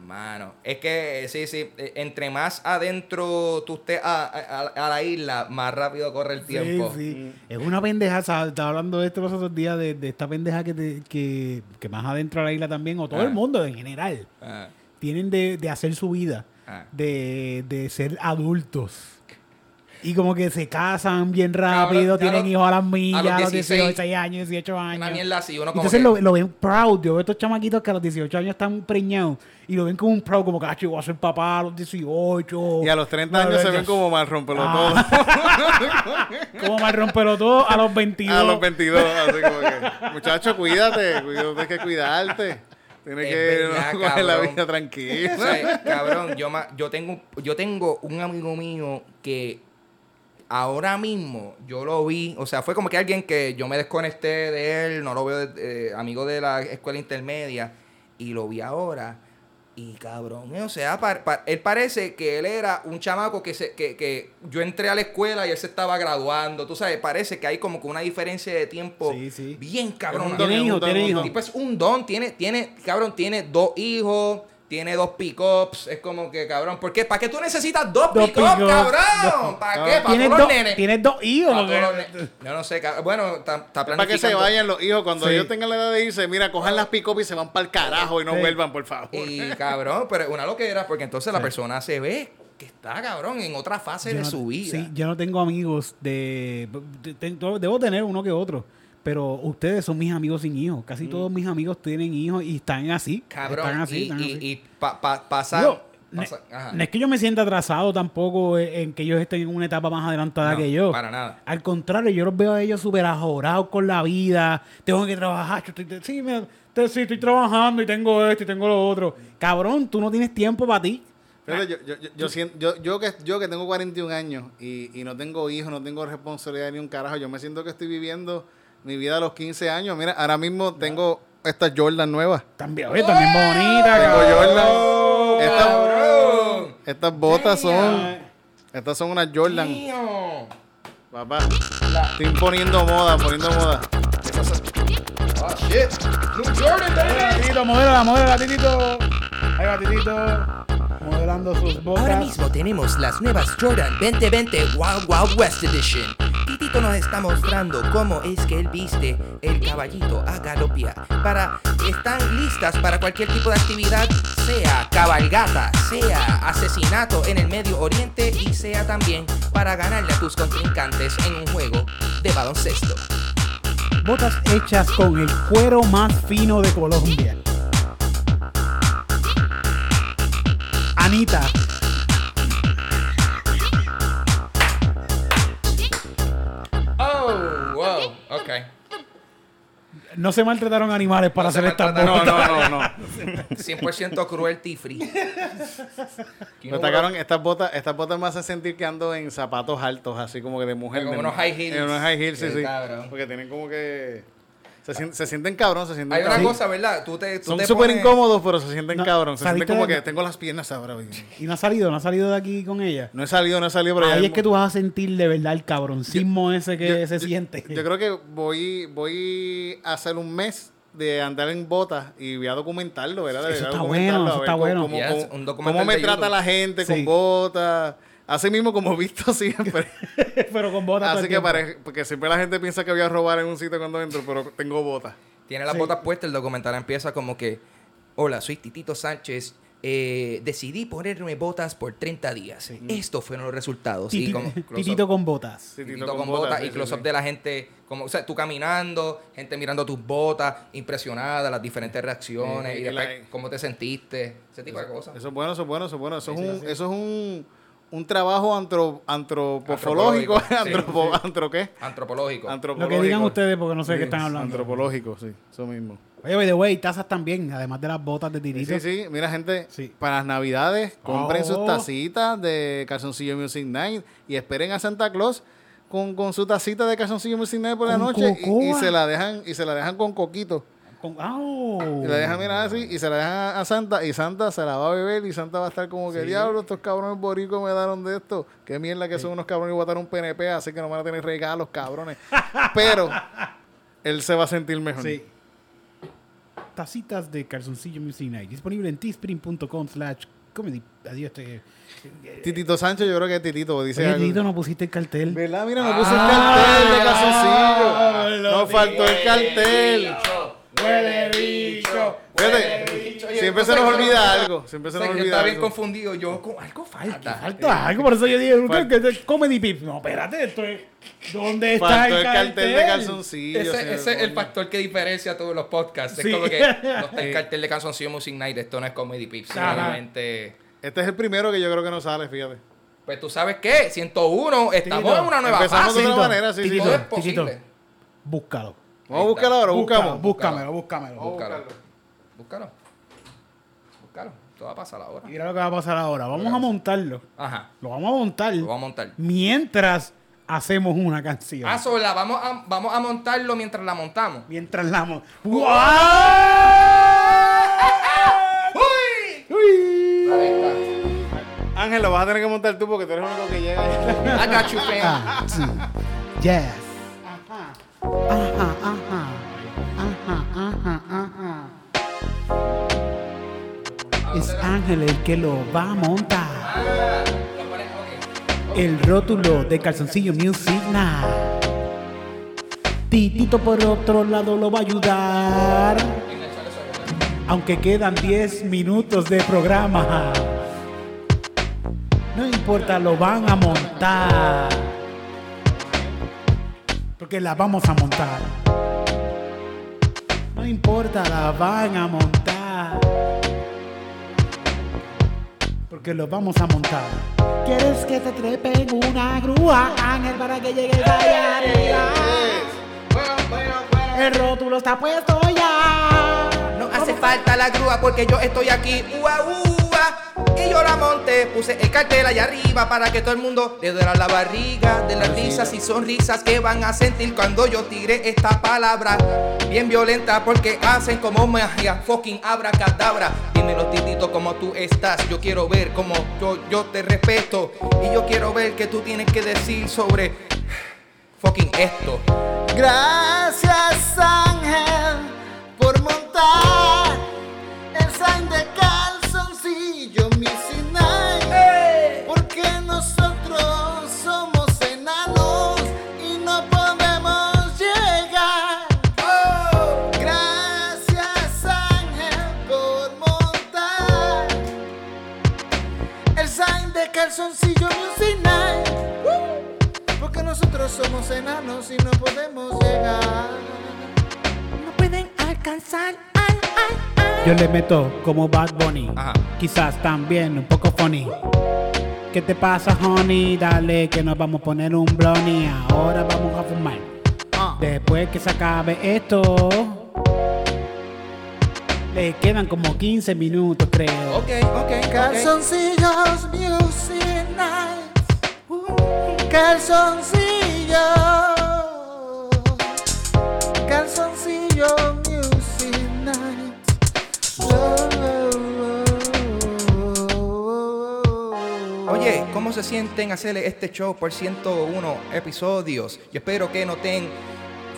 [SPEAKER 3] Mano, es que eh, sí, sí, eh, entre más adentro tú estés a, a- a la isla, más rápido corre el tiempo.
[SPEAKER 1] Sí, sí. Es una pendeja, ¿sabes? estaba hablando de esto los otros días, de, de esta pendeja que, te- que, que más adentro de la isla también, o todo
[SPEAKER 3] Ah.
[SPEAKER 1] el mundo en general,
[SPEAKER 3] Ah,
[SPEAKER 1] tienen de, de hacer su vida,
[SPEAKER 3] Ah.
[SPEAKER 1] de, de ser adultos. Y como que se casan bien rápido,
[SPEAKER 3] Cabrón, ya
[SPEAKER 1] tienen
[SPEAKER 3] los-
[SPEAKER 1] hijos a las
[SPEAKER 3] a
[SPEAKER 1] millas,
[SPEAKER 3] los
[SPEAKER 1] a los
[SPEAKER 3] 16,
[SPEAKER 1] 16 años, 18
[SPEAKER 3] una
[SPEAKER 1] años.
[SPEAKER 3] mierda así, uno como
[SPEAKER 1] Entonces
[SPEAKER 3] que-
[SPEAKER 1] lo, lo ven proud, yo veo estos chamaquitos que a los 18 años están preñados y lo ven como un proud, como que "Ah, yo voy a ser papá a los 18.
[SPEAKER 2] Y a los 30
[SPEAKER 1] No,
[SPEAKER 2] años se
[SPEAKER 1] yo-
[SPEAKER 2] ven como mal rompelo
[SPEAKER 1] Ah. Como más rompelo todo a los 22.
[SPEAKER 2] todo. A los 22, así como que. Muchacho, cuídate, cuídate, tienes que cuidarte. Tienes que
[SPEAKER 3] Es verdad,
[SPEAKER 2] coger la
[SPEAKER 3] cabrón.
[SPEAKER 2] vida
[SPEAKER 3] o
[SPEAKER 2] tranquila.
[SPEAKER 3] sea, Pues, cabrón, yo, ma- yo, tengo, yo tengo un amigo mío que ahora mismo yo lo vi, o sea, fue como que alguien que yo me desconecté de él, no lo veo, de- eh, amigo de la escuela intermedia, y lo vi ahora. Y cabrón, eh, o sea, par- par- él parece que él era un chamaco que, se, que, que yo entré a la escuela y él se estaba graduando, tú sabes, parece que hay como que una diferencia de tiempo
[SPEAKER 1] Sí, sí.
[SPEAKER 3] bien cabrón.
[SPEAKER 1] Tiene hijos, tiene
[SPEAKER 3] El
[SPEAKER 1] hijos.
[SPEAKER 3] tipo es un don, tiene, tiene, cabrón, tiene dos hijos, tiene dos pickups. Es como que, cabrón, ¿por qué? ¿Para qué tú necesitas dos,
[SPEAKER 1] Dos
[SPEAKER 3] pickups,
[SPEAKER 1] pick-ups,
[SPEAKER 3] cabrón?
[SPEAKER 1] dos-
[SPEAKER 3] ¿Para qué? ¿Para
[SPEAKER 1] Tienes
[SPEAKER 3] todos
[SPEAKER 1] dos,
[SPEAKER 3] los nenes?
[SPEAKER 1] tienes dos hijos.
[SPEAKER 3] Pa' todos los
[SPEAKER 1] ¿qué?
[SPEAKER 3] nenes. Yo no sé, cabrón. Bueno, está está
[SPEAKER 2] Para que se
[SPEAKER 3] planificando.
[SPEAKER 2] vayan los hijos, cuando
[SPEAKER 1] Sí.
[SPEAKER 2] ellos tengan la edad de irse, mira, cojan las pick y se van para el carajo y no
[SPEAKER 1] Sí.
[SPEAKER 2] vuelvan, por favor.
[SPEAKER 3] Y cabrón, pero es una loquera, porque entonces la persona se ve que está, cabrón, en otra fase
[SPEAKER 1] Yo
[SPEAKER 3] de
[SPEAKER 1] no-
[SPEAKER 3] su vida.
[SPEAKER 1] Sí, yo no tengo amigos de, de- de- Debo tener uno que otro. Pero ustedes son mis amigos sin hijos. Casi todos mis amigos tienen hijos y están así.
[SPEAKER 3] Mm. Cabrón,
[SPEAKER 1] Están así.
[SPEAKER 3] y,
[SPEAKER 1] están
[SPEAKER 3] y-
[SPEAKER 1] así.
[SPEAKER 3] y pa- pa- pasa.
[SPEAKER 1] Digo,
[SPEAKER 3] pasa-
[SPEAKER 1] no-
[SPEAKER 3] ajá.
[SPEAKER 1] no es que yo me sienta atrasado tampoco en, en que ellos estén en una etapa más adelantada
[SPEAKER 3] No,
[SPEAKER 1] que yo.
[SPEAKER 3] para nada.
[SPEAKER 1] Al contrario, yo los veo a ellos súper ajorados con la vida. Tengo que trabajar. yo estoy- te- sí, mira, te- sí, estoy trabajando y tengo esto y tengo lo otro. Cabrón, tú no tienes tiempo para ti.
[SPEAKER 2] Fíjate, yo, yo, yo, yo siento- yo- yo que, yo que tengo 41 años y, y no tengo hijos, no tengo responsabilidad ni un carajo, yo me siento que estoy viviendo mi vida a los 15 años. Mira, ahora mismo tengo estas Jordan nuevas,
[SPEAKER 1] También, oye,
[SPEAKER 3] ¡Oh!
[SPEAKER 1] también bonita.
[SPEAKER 2] Tengo
[SPEAKER 1] cabrón.
[SPEAKER 2] Jordan.
[SPEAKER 3] Cabrón.
[SPEAKER 2] Estas, estas botas son...
[SPEAKER 1] Oh, Damn.
[SPEAKER 2] Estas son unas Jordan.
[SPEAKER 3] Mío.
[SPEAKER 2] Papá, estoy poniendo moda, poniendo moda.
[SPEAKER 3] ¿Qué pasa? Oh, shit. New Jordan, baby.
[SPEAKER 1] Titito, modela, modela, Titito. Ahí va Titito, modelando sus
[SPEAKER 3] Ahora
[SPEAKER 1] bocas.
[SPEAKER 3] mismo tenemos las nuevas Jordan 2020 Wild Wild West Edition. Titito nos está mostrando cómo es que él viste el caballito a galopear. Para, están listas para cualquier tipo de actividad, sea cabalgata, sea asesinato en el Medio Oriente y sea también para ganarle a tus contrincantes en un juego de baloncesto.
[SPEAKER 1] Botas hechas con el cuero más fino de Colombia. Anita.
[SPEAKER 3] Oh, wow, ok.
[SPEAKER 1] No se maltrataron animales para
[SPEAKER 3] No se
[SPEAKER 1] hacer estas
[SPEAKER 3] maltrataron,
[SPEAKER 1] botas.
[SPEAKER 2] no, no.
[SPEAKER 3] 100% cruelty free.
[SPEAKER 2] Me sacaron estas botas, estas botas me hacen sentir que ando en zapatos altos, así como que de mujer.
[SPEAKER 3] Como
[SPEAKER 2] de-
[SPEAKER 3] unos high heels.
[SPEAKER 2] en unos high heels, sí,
[SPEAKER 3] Qué
[SPEAKER 2] sí.
[SPEAKER 3] cabrón.
[SPEAKER 2] Porque tienen como que. Se, sien- se sienten cabrón, se sienten
[SPEAKER 3] Hay una
[SPEAKER 2] cabrón.
[SPEAKER 3] cosa, ¿verdad? Tú te, tú
[SPEAKER 2] Son
[SPEAKER 3] te
[SPEAKER 2] súper
[SPEAKER 3] pones-
[SPEAKER 2] incómodos, pero se sienten
[SPEAKER 1] No,
[SPEAKER 2] cabrón. Se sienten
[SPEAKER 1] saliste
[SPEAKER 2] como
[SPEAKER 1] de-
[SPEAKER 2] que tengo las piernas ahora. oye.
[SPEAKER 1] Y no ha salido, no ha salido de aquí con ella.
[SPEAKER 2] No he salido, no he salido, pero ya
[SPEAKER 1] Ahí es
[SPEAKER 2] mismo-
[SPEAKER 1] que tú vas a sentir de verdad el cabroncismo ese que
[SPEAKER 2] yo-
[SPEAKER 1] se
[SPEAKER 2] yo-
[SPEAKER 1] siente.
[SPEAKER 2] Yo creo que voy, voy a hacer un mes de andar en botas y voy a documentarlo, ¿verdad?
[SPEAKER 1] Eso
[SPEAKER 2] Voy a
[SPEAKER 1] está
[SPEAKER 2] documentarlo,
[SPEAKER 1] bueno,
[SPEAKER 2] a
[SPEAKER 1] eso
[SPEAKER 2] ver
[SPEAKER 1] está
[SPEAKER 2] cómo-
[SPEAKER 1] bueno.
[SPEAKER 2] cómo-
[SPEAKER 3] Yes,
[SPEAKER 2] cómo-
[SPEAKER 3] un documental
[SPEAKER 2] cómo me
[SPEAKER 3] de
[SPEAKER 2] trata
[SPEAKER 3] YouTube.
[SPEAKER 2] la gente
[SPEAKER 1] Sí.
[SPEAKER 2] con botas. Así mismo como visto siempre.
[SPEAKER 1] Pero con botas. todo el
[SPEAKER 2] Así que
[SPEAKER 1] tiempo.
[SPEAKER 2] parece, porque siempre la gente piensa que voy a robar en un sitio cuando entro, pero tengo botas.
[SPEAKER 3] Tiene las
[SPEAKER 1] Sí.
[SPEAKER 3] botas puestas, el documental empieza como que, hola, soy Titito Sánchez, eh, decidí ponerme botas por 30 días. Estos fueron los resultados.
[SPEAKER 1] Titi-
[SPEAKER 3] y como close-up.
[SPEAKER 1] Titito con botas.
[SPEAKER 2] Sí,
[SPEAKER 3] Titito con botas y
[SPEAKER 2] sí, sí,
[SPEAKER 3] close-up
[SPEAKER 2] sí.
[SPEAKER 3] de la gente, como, o sea, tú caminando, gente mirando tus botas, impresionada, las diferentes reacciones,
[SPEAKER 2] Sí,
[SPEAKER 3] y
[SPEAKER 2] y la-
[SPEAKER 3] después cómo te sentiste, ese tipo de cosas.
[SPEAKER 2] Eso es bueno, eso es bueno, eso es bueno. Eso, es, un, eso es un, un trabajo antro, antropofológico.
[SPEAKER 3] Antropológico, sí.
[SPEAKER 2] antropo, ¿Antro qué?
[SPEAKER 3] Antropológico.
[SPEAKER 1] Lo
[SPEAKER 2] Antropológico.
[SPEAKER 1] que digan ustedes porque no sé de qué
[SPEAKER 2] Sí,
[SPEAKER 1] están hablando.
[SPEAKER 2] Antropológico, sí, eso mismo.
[SPEAKER 1] Oye, by the way, tazas también, además de las botas de
[SPEAKER 2] Sí,
[SPEAKER 1] Titito.
[SPEAKER 2] sí, sí. mira gente,
[SPEAKER 1] Sí.
[SPEAKER 2] para las navidades compren
[SPEAKER 1] Oh.
[SPEAKER 2] sus tacitas de Calzoncillo Music Night y esperen a Santa Claus con, con su tacita de Calzoncillo Music Night por la
[SPEAKER 1] Con
[SPEAKER 2] noche y- y,
[SPEAKER 1] cocoa.
[SPEAKER 2] se la dejan y se la dejan con coquito.
[SPEAKER 1] Con- ¡Ah! ¡Au!
[SPEAKER 2] Y la dejan mirar así y se la dejan a- a Santa y Santa se la va a beber y Santa va a estar como que diablo, estos cabrones boricos me daron de esto. Qué mierda que son unos cabrones y botaron un PNP, así que no van a tener regalos, cabrones. Pero él se va a sentir mejor.
[SPEAKER 1] Sí. Tacitas de calzoncillo Music Night. Disponible en teespring.com slash comedy. Adiós. Este.
[SPEAKER 2] Titito Sánchez, yo creo que es Titito, dice
[SPEAKER 1] Oye,
[SPEAKER 2] algo.
[SPEAKER 1] Tito, no pusiste el cartel.
[SPEAKER 2] ¿Verdad? Mira, no puse
[SPEAKER 1] Ah,
[SPEAKER 2] el cartel de
[SPEAKER 1] ah,
[SPEAKER 2] calzoncillo.
[SPEAKER 1] lo
[SPEAKER 2] Nos faltó el cartel.
[SPEAKER 1] Huele bicho.
[SPEAKER 2] Fíjate, siempre se nos olvida algo. Siempre se nos
[SPEAKER 3] Yo estaba
[SPEAKER 2] olvida
[SPEAKER 3] bien
[SPEAKER 2] algo.
[SPEAKER 3] confundido, yo, "Co- algo falta.
[SPEAKER 1] Falta algo, por eso yo dije,
[SPEAKER 2] Fal-
[SPEAKER 1] que es comedy pip. No, espérate, esto es. ¿Dónde está
[SPEAKER 2] Faltó
[SPEAKER 1] el
[SPEAKER 2] el
[SPEAKER 1] cartel?
[SPEAKER 2] cartel de calzoncillo.
[SPEAKER 3] Ese,
[SPEAKER 2] señor
[SPEAKER 3] ese es el
[SPEAKER 2] Goñi.
[SPEAKER 3] factor que diferencia a todos los podcasts.
[SPEAKER 1] Sí.
[SPEAKER 3] Es como que no está el cartel de cancioncillo Music Night, esto no es Comedy Pips.
[SPEAKER 1] Ajá.
[SPEAKER 3] Simplemente.
[SPEAKER 2] Este es el primero que yo creo que no sale, fíjate.
[SPEAKER 3] Pues tú sabes qué, 101, estamos
[SPEAKER 1] Titito,
[SPEAKER 3] en una nueva
[SPEAKER 2] empezamos
[SPEAKER 3] fase.
[SPEAKER 2] de otra
[SPEAKER 1] Titito,
[SPEAKER 2] manera, sí, sí,
[SPEAKER 1] Titito,
[SPEAKER 3] Todo es
[SPEAKER 1] Titito,
[SPEAKER 3] posible.
[SPEAKER 1] Búscalo.
[SPEAKER 2] Vamos a buscarlo ahora,
[SPEAKER 1] Búscalo,
[SPEAKER 2] buscamos.
[SPEAKER 1] Búscamelo,
[SPEAKER 2] Oh.
[SPEAKER 1] búscamelo.
[SPEAKER 3] Búscalo. Búscalo. Búscalo. Todo va a pasar ahora.
[SPEAKER 1] Mira lo que va a pasar ahora. Vamos a montarlo.
[SPEAKER 3] Ajá.
[SPEAKER 1] Lo vamos a montar.
[SPEAKER 3] Lo voy a montar.
[SPEAKER 1] Mientras hacemos una canción.
[SPEAKER 3] Ah, sola, vamos a, vamos a montarlo mientras la montamos.
[SPEAKER 1] Mientras la mo- ¡Guau!
[SPEAKER 3] ¡Uy!
[SPEAKER 1] Uy.
[SPEAKER 3] Ahí está.
[SPEAKER 2] Ángel, lo vas a tener que montar tú porque tú eres el único que llega.
[SPEAKER 3] I got you, fam.
[SPEAKER 1] Ah, sí. Yes. Ajá. Ajá, ajá. Ajá, ajá, ajá.
[SPEAKER 3] Ah,
[SPEAKER 1] It's
[SPEAKER 3] ustedes
[SPEAKER 1] Ángel el que lo va a montar. El rótulo de calzoncillo Music Now. Titito por otro lado lo va a ayudar. Aunque quedan 10 minutos de programa. No importa, lo van a montar. Porque la vamos a montar. No importa, la van a montar. Porque lo vamos a montar. ¿Quieres que te trepe en una grúa, Ángel, para que llegues allá arriba? El rótulo está puesto ya.
[SPEAKER 3] No hace falta la grúa porque yo estoy aquí, ua, ua. Y yo la monté, puse el cartel allá arriba para que todo el mundo le duela la barriga de las risas y sonrisas que van a sentir cuando yo tiré esta palabra. Bien violenta porque hacen como magia, fucking abracadabra. Dímelo, titito, como tú estás. Yo quiero ver como yo, yo te respeto. Y yo quiero ver que tú tienes que decir sobre fucking esto.
[SPEAKER 2] Gracias Ángel por montar el sign de calzoncillo, mi Sinai. Porque nosotros somos enanos y no podemos llegar.
[SPEAKER 3] Oh,
[SPEAKER 2] Gracias Ángel por montar el sign de calzoncillo, mi Sinai. Porque nosotros somos enanos y no podemos llegar.
[SPEAKER 4] No pueden alcanzar al, al, al.
[SPEAKER 1] Yo le meto como Bad Bunny.
[SPEAKER 3] Ajá.
[SPEAKER 1] Quizás también un poco funny. ¿Qué te pasa, honey? Dale, que nos vamos a poner un brownie. Ahora vamos a fumar.
[SPEAKER 2] Ah.
[SPEAKER 1] Después que se acabe esto, le quedan como 15 minutos, creo.
[SPEAKER 3] Ok, ok, ok.
[SPEAKER 2] Calzoncillos Music Night. Calzoncillos. Calzoncillos Music Night.
[SPEAKER 3] Oye, ¿cómo se sienten hacerle este show por 101 episodios? Yo espero que no estén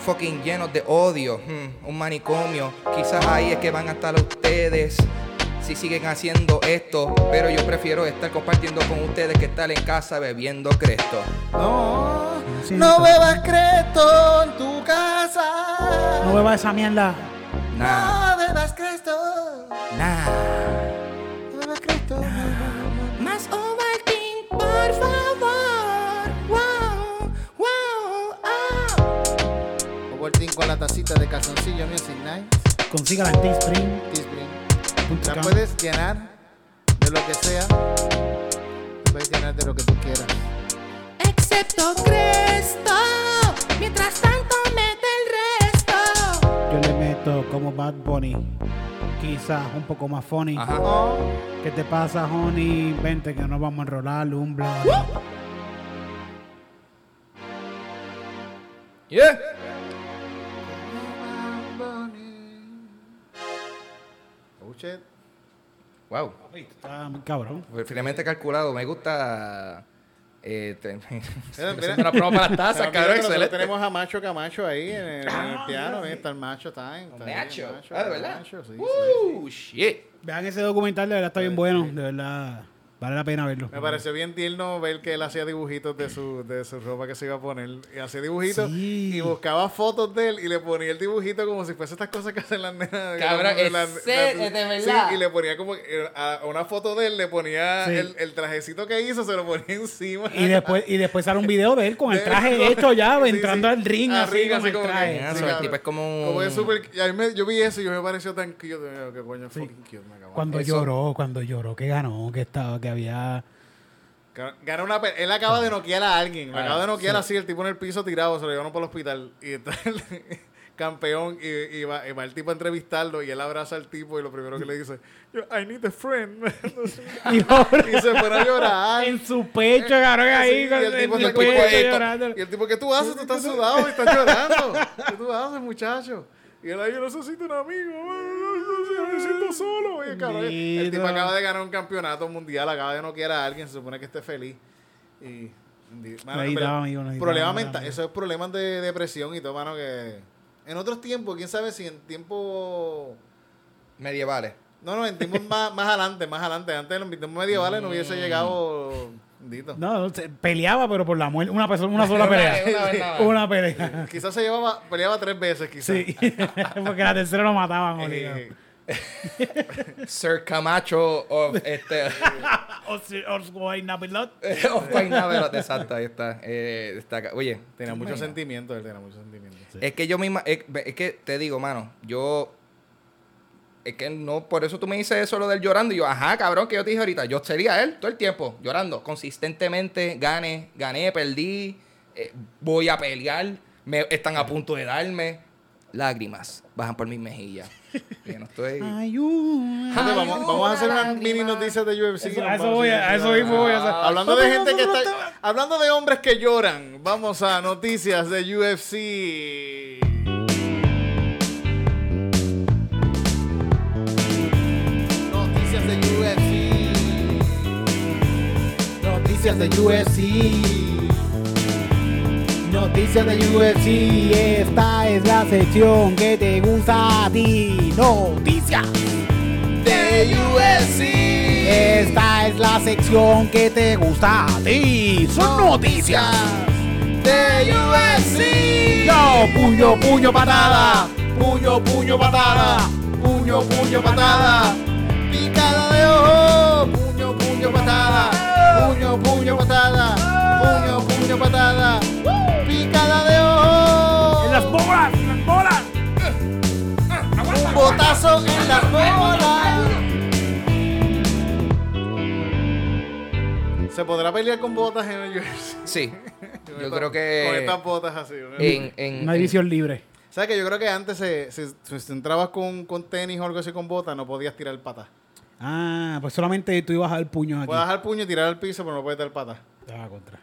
[SPEAKER 3] fucking llenos de odio, hmm, un manicomio. Quizás ahí es que van a estar ustedes si siguen haciendo esto, pero yo prefiero estar compartiendo con ustedes que estar en casa bebiendo cresto.
[SPEAKER 2] No,
[SPEAKER 1] Sí,
[SPEAKER 2] no
[SPEAKER 1] sí.
[SPEAKER 2] bebas cresto en tu casa.
[SPEAKER 1] No beba esa mierda.
[SPEAKER 3] Nah,
[SPEAKER 2] No bebas cresto.
[SPEAKER 3] nah.
[SPEAKER 2] No bebas cresto. no, no, no.
[SPEAKER 4] Más Ovaltine, por favor. Wow, wow, ah.
[SPEAKER 2] Ovaltín con la tacita de calzoncillo Music Night.
[SPEAKER 1] Consígala en Teespring.
[SPEAKER 2] Teespring.
[SPEAKER 1] punto
[SPEAKER 2] La
[SPEAKER 1] com.
[SPEAKER 2] puedes llenar de lo que sea. Puedes llenar de lo que tú quieras.
[SPEAKER 4] Excepto Cresto. Mientras tanto, mete el resto.
[SPEAKER 1] Yo le meto como Bad Bunny. Quizás un poco más funny.
[SPEAKER 3] Ajá.
[SPEAKER 1] ¿Qué te pasa, honey? Vente que nos vamos a enrolar un blog.
[SPEAKER 3] ¡Oh! Yeah.
[SPEAKER 2] Oh, shit.
[SPEAKER 3] Wow.
[SPEAKER 1] Está muy cabrón.
[SPEAKER 3] Finalmente calculado, me gusta. Eh, te-
[SPEAKER 2] Mira, mira.
[SPEAKER 3] una prueba para las
[SPEAKER 2] Se me
[SPEAKER 3] tazas,
[SPEAKER 2] olvidó
[SPEAKER 3] cabrón.
[SPEAKER 2] que nosotros
[SPEAKER 3] Excelente.
[SPEAKER 2] tenemos a Macho Camacho ahí en el, en el piano. ahí Está el Macho time. Está ahí el
[SPEAKER 3] Nacho.
[SPEAKER 2] Macho,
[SPEAKER 3] Ah, de
[SPEAKER 2] el
[SPEAKER 3] verdad.
[SPEAKER 2] Macho, sí, sí, sí.
[SPEAKER 3] Uh, shit.
[SPEAKER 1] Vean ese documental, de verdad está bien bueno. De verdad, vale la pena verlo.
[SPEAKER 2] Me pareció bien tierno ver que él hacía dibujitos de su, de su ropa que se iba a poner. Y hacía dibujitos
[SPEAKER 1] Sí.
[SPEAKER 2] y buscaba fotos de él y le ponía el dibujito como si fuese estas cosas que hacen las nenas.
[SPEAKER 3] Cabrón,
[SPEAKER 2] Como las-
[SPEAKER 3] es ser-
[SPEAKER 1] eh,
[SPEAKER 2] las-
[SPEAKER 3] de verdad.
[SPEAKER 2] Sí, y le ponía como eh, a a una foto de él, le ponía
[SPEAKER 1] Sí.
[SPEAKER 2] el, el trajecito que hizo, se lo ponía encima.
[SPEAKER 1] Y después, y después sale un video de él con el traje hecho ya,
[SPEAKER 2] Sí,
[SPEAKER 1] entrando
[SPEAKER 2] sí.
[SPEAKER 1] al ring
[SPEAKER 2] Al
[SPEAKER 1] así, con el
[SPEAKER 2] como que-
[SPEAKER 1] traje.
[SPEAKER 3] Ah,
[SPEAKER 2] sí,
[SPEAKER 3] so, el
[SPEAKER 2] cabrón.
[SPEAKER 3] tipo es como-
[SPEAKER 2] Como es súper- y a mí me- yo vi eso y yo me pareció tan cute. yo, Qué coño, fucking cute, me acabo.
[SPEAKER 1] Cuando
[SPEAKER 3] Eso.
[SPEAKER 1] lloró, cuando lloró, que ganó, que estaba, que había.
[SPEAKER 2] Gana- Gana una pe- Él acaba de noquear a alguien. Lo acaba de noquear así, el tipo en el piso tirado, se lo llevaron para el hospital. Y está el campeón y, y va, y va el tipo a entrevistarlo y él abraza al tipo y lo primero que le dice, "Yo, I need a friend.
[SPEAKER 1] Y lloró
[SPEAKER 2] y se pone a llorar.
[SPEAKER 1] en su pecho, cabrón, ahí,
[SPEAKER 2] Sí,
[SPEAKER 1] con
[SPEAKER 2] y el
[SPEAKER 1] en
[SPEAKER 2] tipo
[SPEAKER 1] su
[SPEAKER 2] está como
[SPEAKER 1] pecho
[SPEAKER 2] que-
[SPEAKER 1] llorando.
[SPEAKER 2] Y el tipo, ¿qué tú haces? Tú estás sudado y estás llorando. ¿Qué tú haces, muchacho? Y él, "Ay, yo necesito un amigo. Yo necesito solo. Oye, cabrón, el tipo
[SPEAKER 1] Mira.
[SPEAKER 2] acaba de ganar un campeonato mundial, acaba de no querer a alguien, se supone que esté feliz. Y, di- mano,
[SPEAKER 1] Ahí
[SPEAKER 2] pero-
[SPEAKER 1] estaba, amigo, ahí estaba,
[SPEAKER 2] problema
[SPEAKER 1] ahí
[SPEAKER 2] mental,
[SPEAKER 1] estaba.
[SPEAKER 2] eso es problemas de depresión y todo, mano, que en otros tiempos, quién sabe si en tiempo
[SPEAKER 3] Medievales.
[SPEAKER 2] No, no, en tiempos más, más adelante, más adelante. Antes de los tiempos medievales no hubiese llegado. Dito.
[SPEAKER 1] No, se peleaba, pero por la muerte. Una, persona, una sola pelea.
[SPEAKER 3] Una vez nada más.
[SPEAKER 1] una pelea.
[SPEAKER 2] Quizás se llevaba, peleaba tres veces, quizás.
[SPEAKER 1] Sí. Porque la tercera lo mataban, obligado.
[SPEAKER 2] Eh,
[SPEAKER 3] Sir Camacho of este
[SPEAKER 1] O si- o si- o en la oh, pelota.
[SPEAKER 3] of Guaynaverot, exacto, ahí está. Eh, está acá. Oye,
[SPEAKER 2] tenía mucho sentimiento, él tenía mucho sentimiento.
[SPEAKER 3] es que yo misma, es, es que te digo, mano, yo es que no, por eso tú me dices eso lo del llorando y yo, ajá, cabrón, que yo te dije ahorita, yo sería él todo el tiempo llorando consistentemente, gane, gané, perdí, eh, voy a pelear, me están a punto de darme lágrimas bajan por mis mejillas. Yo no estoy
[SPEAKER 1] Ayuda.
[SPEAKER 2] Entonces,
[SPEAKER 3] Ay,
[SPEAKER 2] vamos, vamos a hacer
[SPEAKER 4] una
[SPEAKER 2] unas mini
[SPEAKER 4] lágrima.
[SPEAKER 2] noticias de UFC.
[SPEAKER 1] Eso-
[SPEAKER 2] Nos
[SPEAKER 1] a eso
[SPEAKER 2] vamos
[SPEAKER 1] voy a-
[SPEAKER 2] ir
[SPEAKER 1] a eso mismo voy a hacer.
[SPEAKER 2] Hablando de
[SPEAKER 1] Papi,
[SPEAKER 2] gente que
[SPEAKER 1] nosotros
[SPEAKER 2] está. Hablando de hombres que lloran, vamos a noticias de UFC. Noticias de UFC. Noticias de UFC.
[SPEAKER 1] Noticias de UFC, esta es la sección que te gusta a ti. Noticias,
[SPEAKER 2] De UFC.
[SPEAKER 1] esta es la sección que te gusta a ti. Son noticias.
[SPEAKER 2] de UFC.
[SPEAKER 1] Yo, puño, puño, patada.
[SPEAKER 2] puño, puño, patada, puño, puño, patada, picada de ojo, puño, puño, patada, puño, puño, patada, puño, puño, patada, picada de ojo.
[SPEAKER 1] En las bolas, en las bolas.
[SPEAKER 2] Un botazo en las bolas. ¿Se podrá pelear con botas en el UFC?
[SPEAKER 3] Sí. Yo
[SPEAKER 2] Con
[SPEAKER 3] creo
[SPEAKER 2] Con
[SPEAKER 3] que
[SPEAKER 2] estas botas así. ¿no?
[SPEAKER 3] en, en-
[SPEAKER 1] Una división libre.
[SPEAKER 2] ¿Sabes que Yo creo que antes, se- si, si, si entrabas con, con tenis o algo así con botas, no podías tirar patas.
[SPEAKER 1] Ah, pues solamente tú ibas al puño aquí.
[SPEAKER 2] Puedes dejar el puño y tirar al piso, pero no puedes dar patas.
[SPEAKER 1] Ah, contra.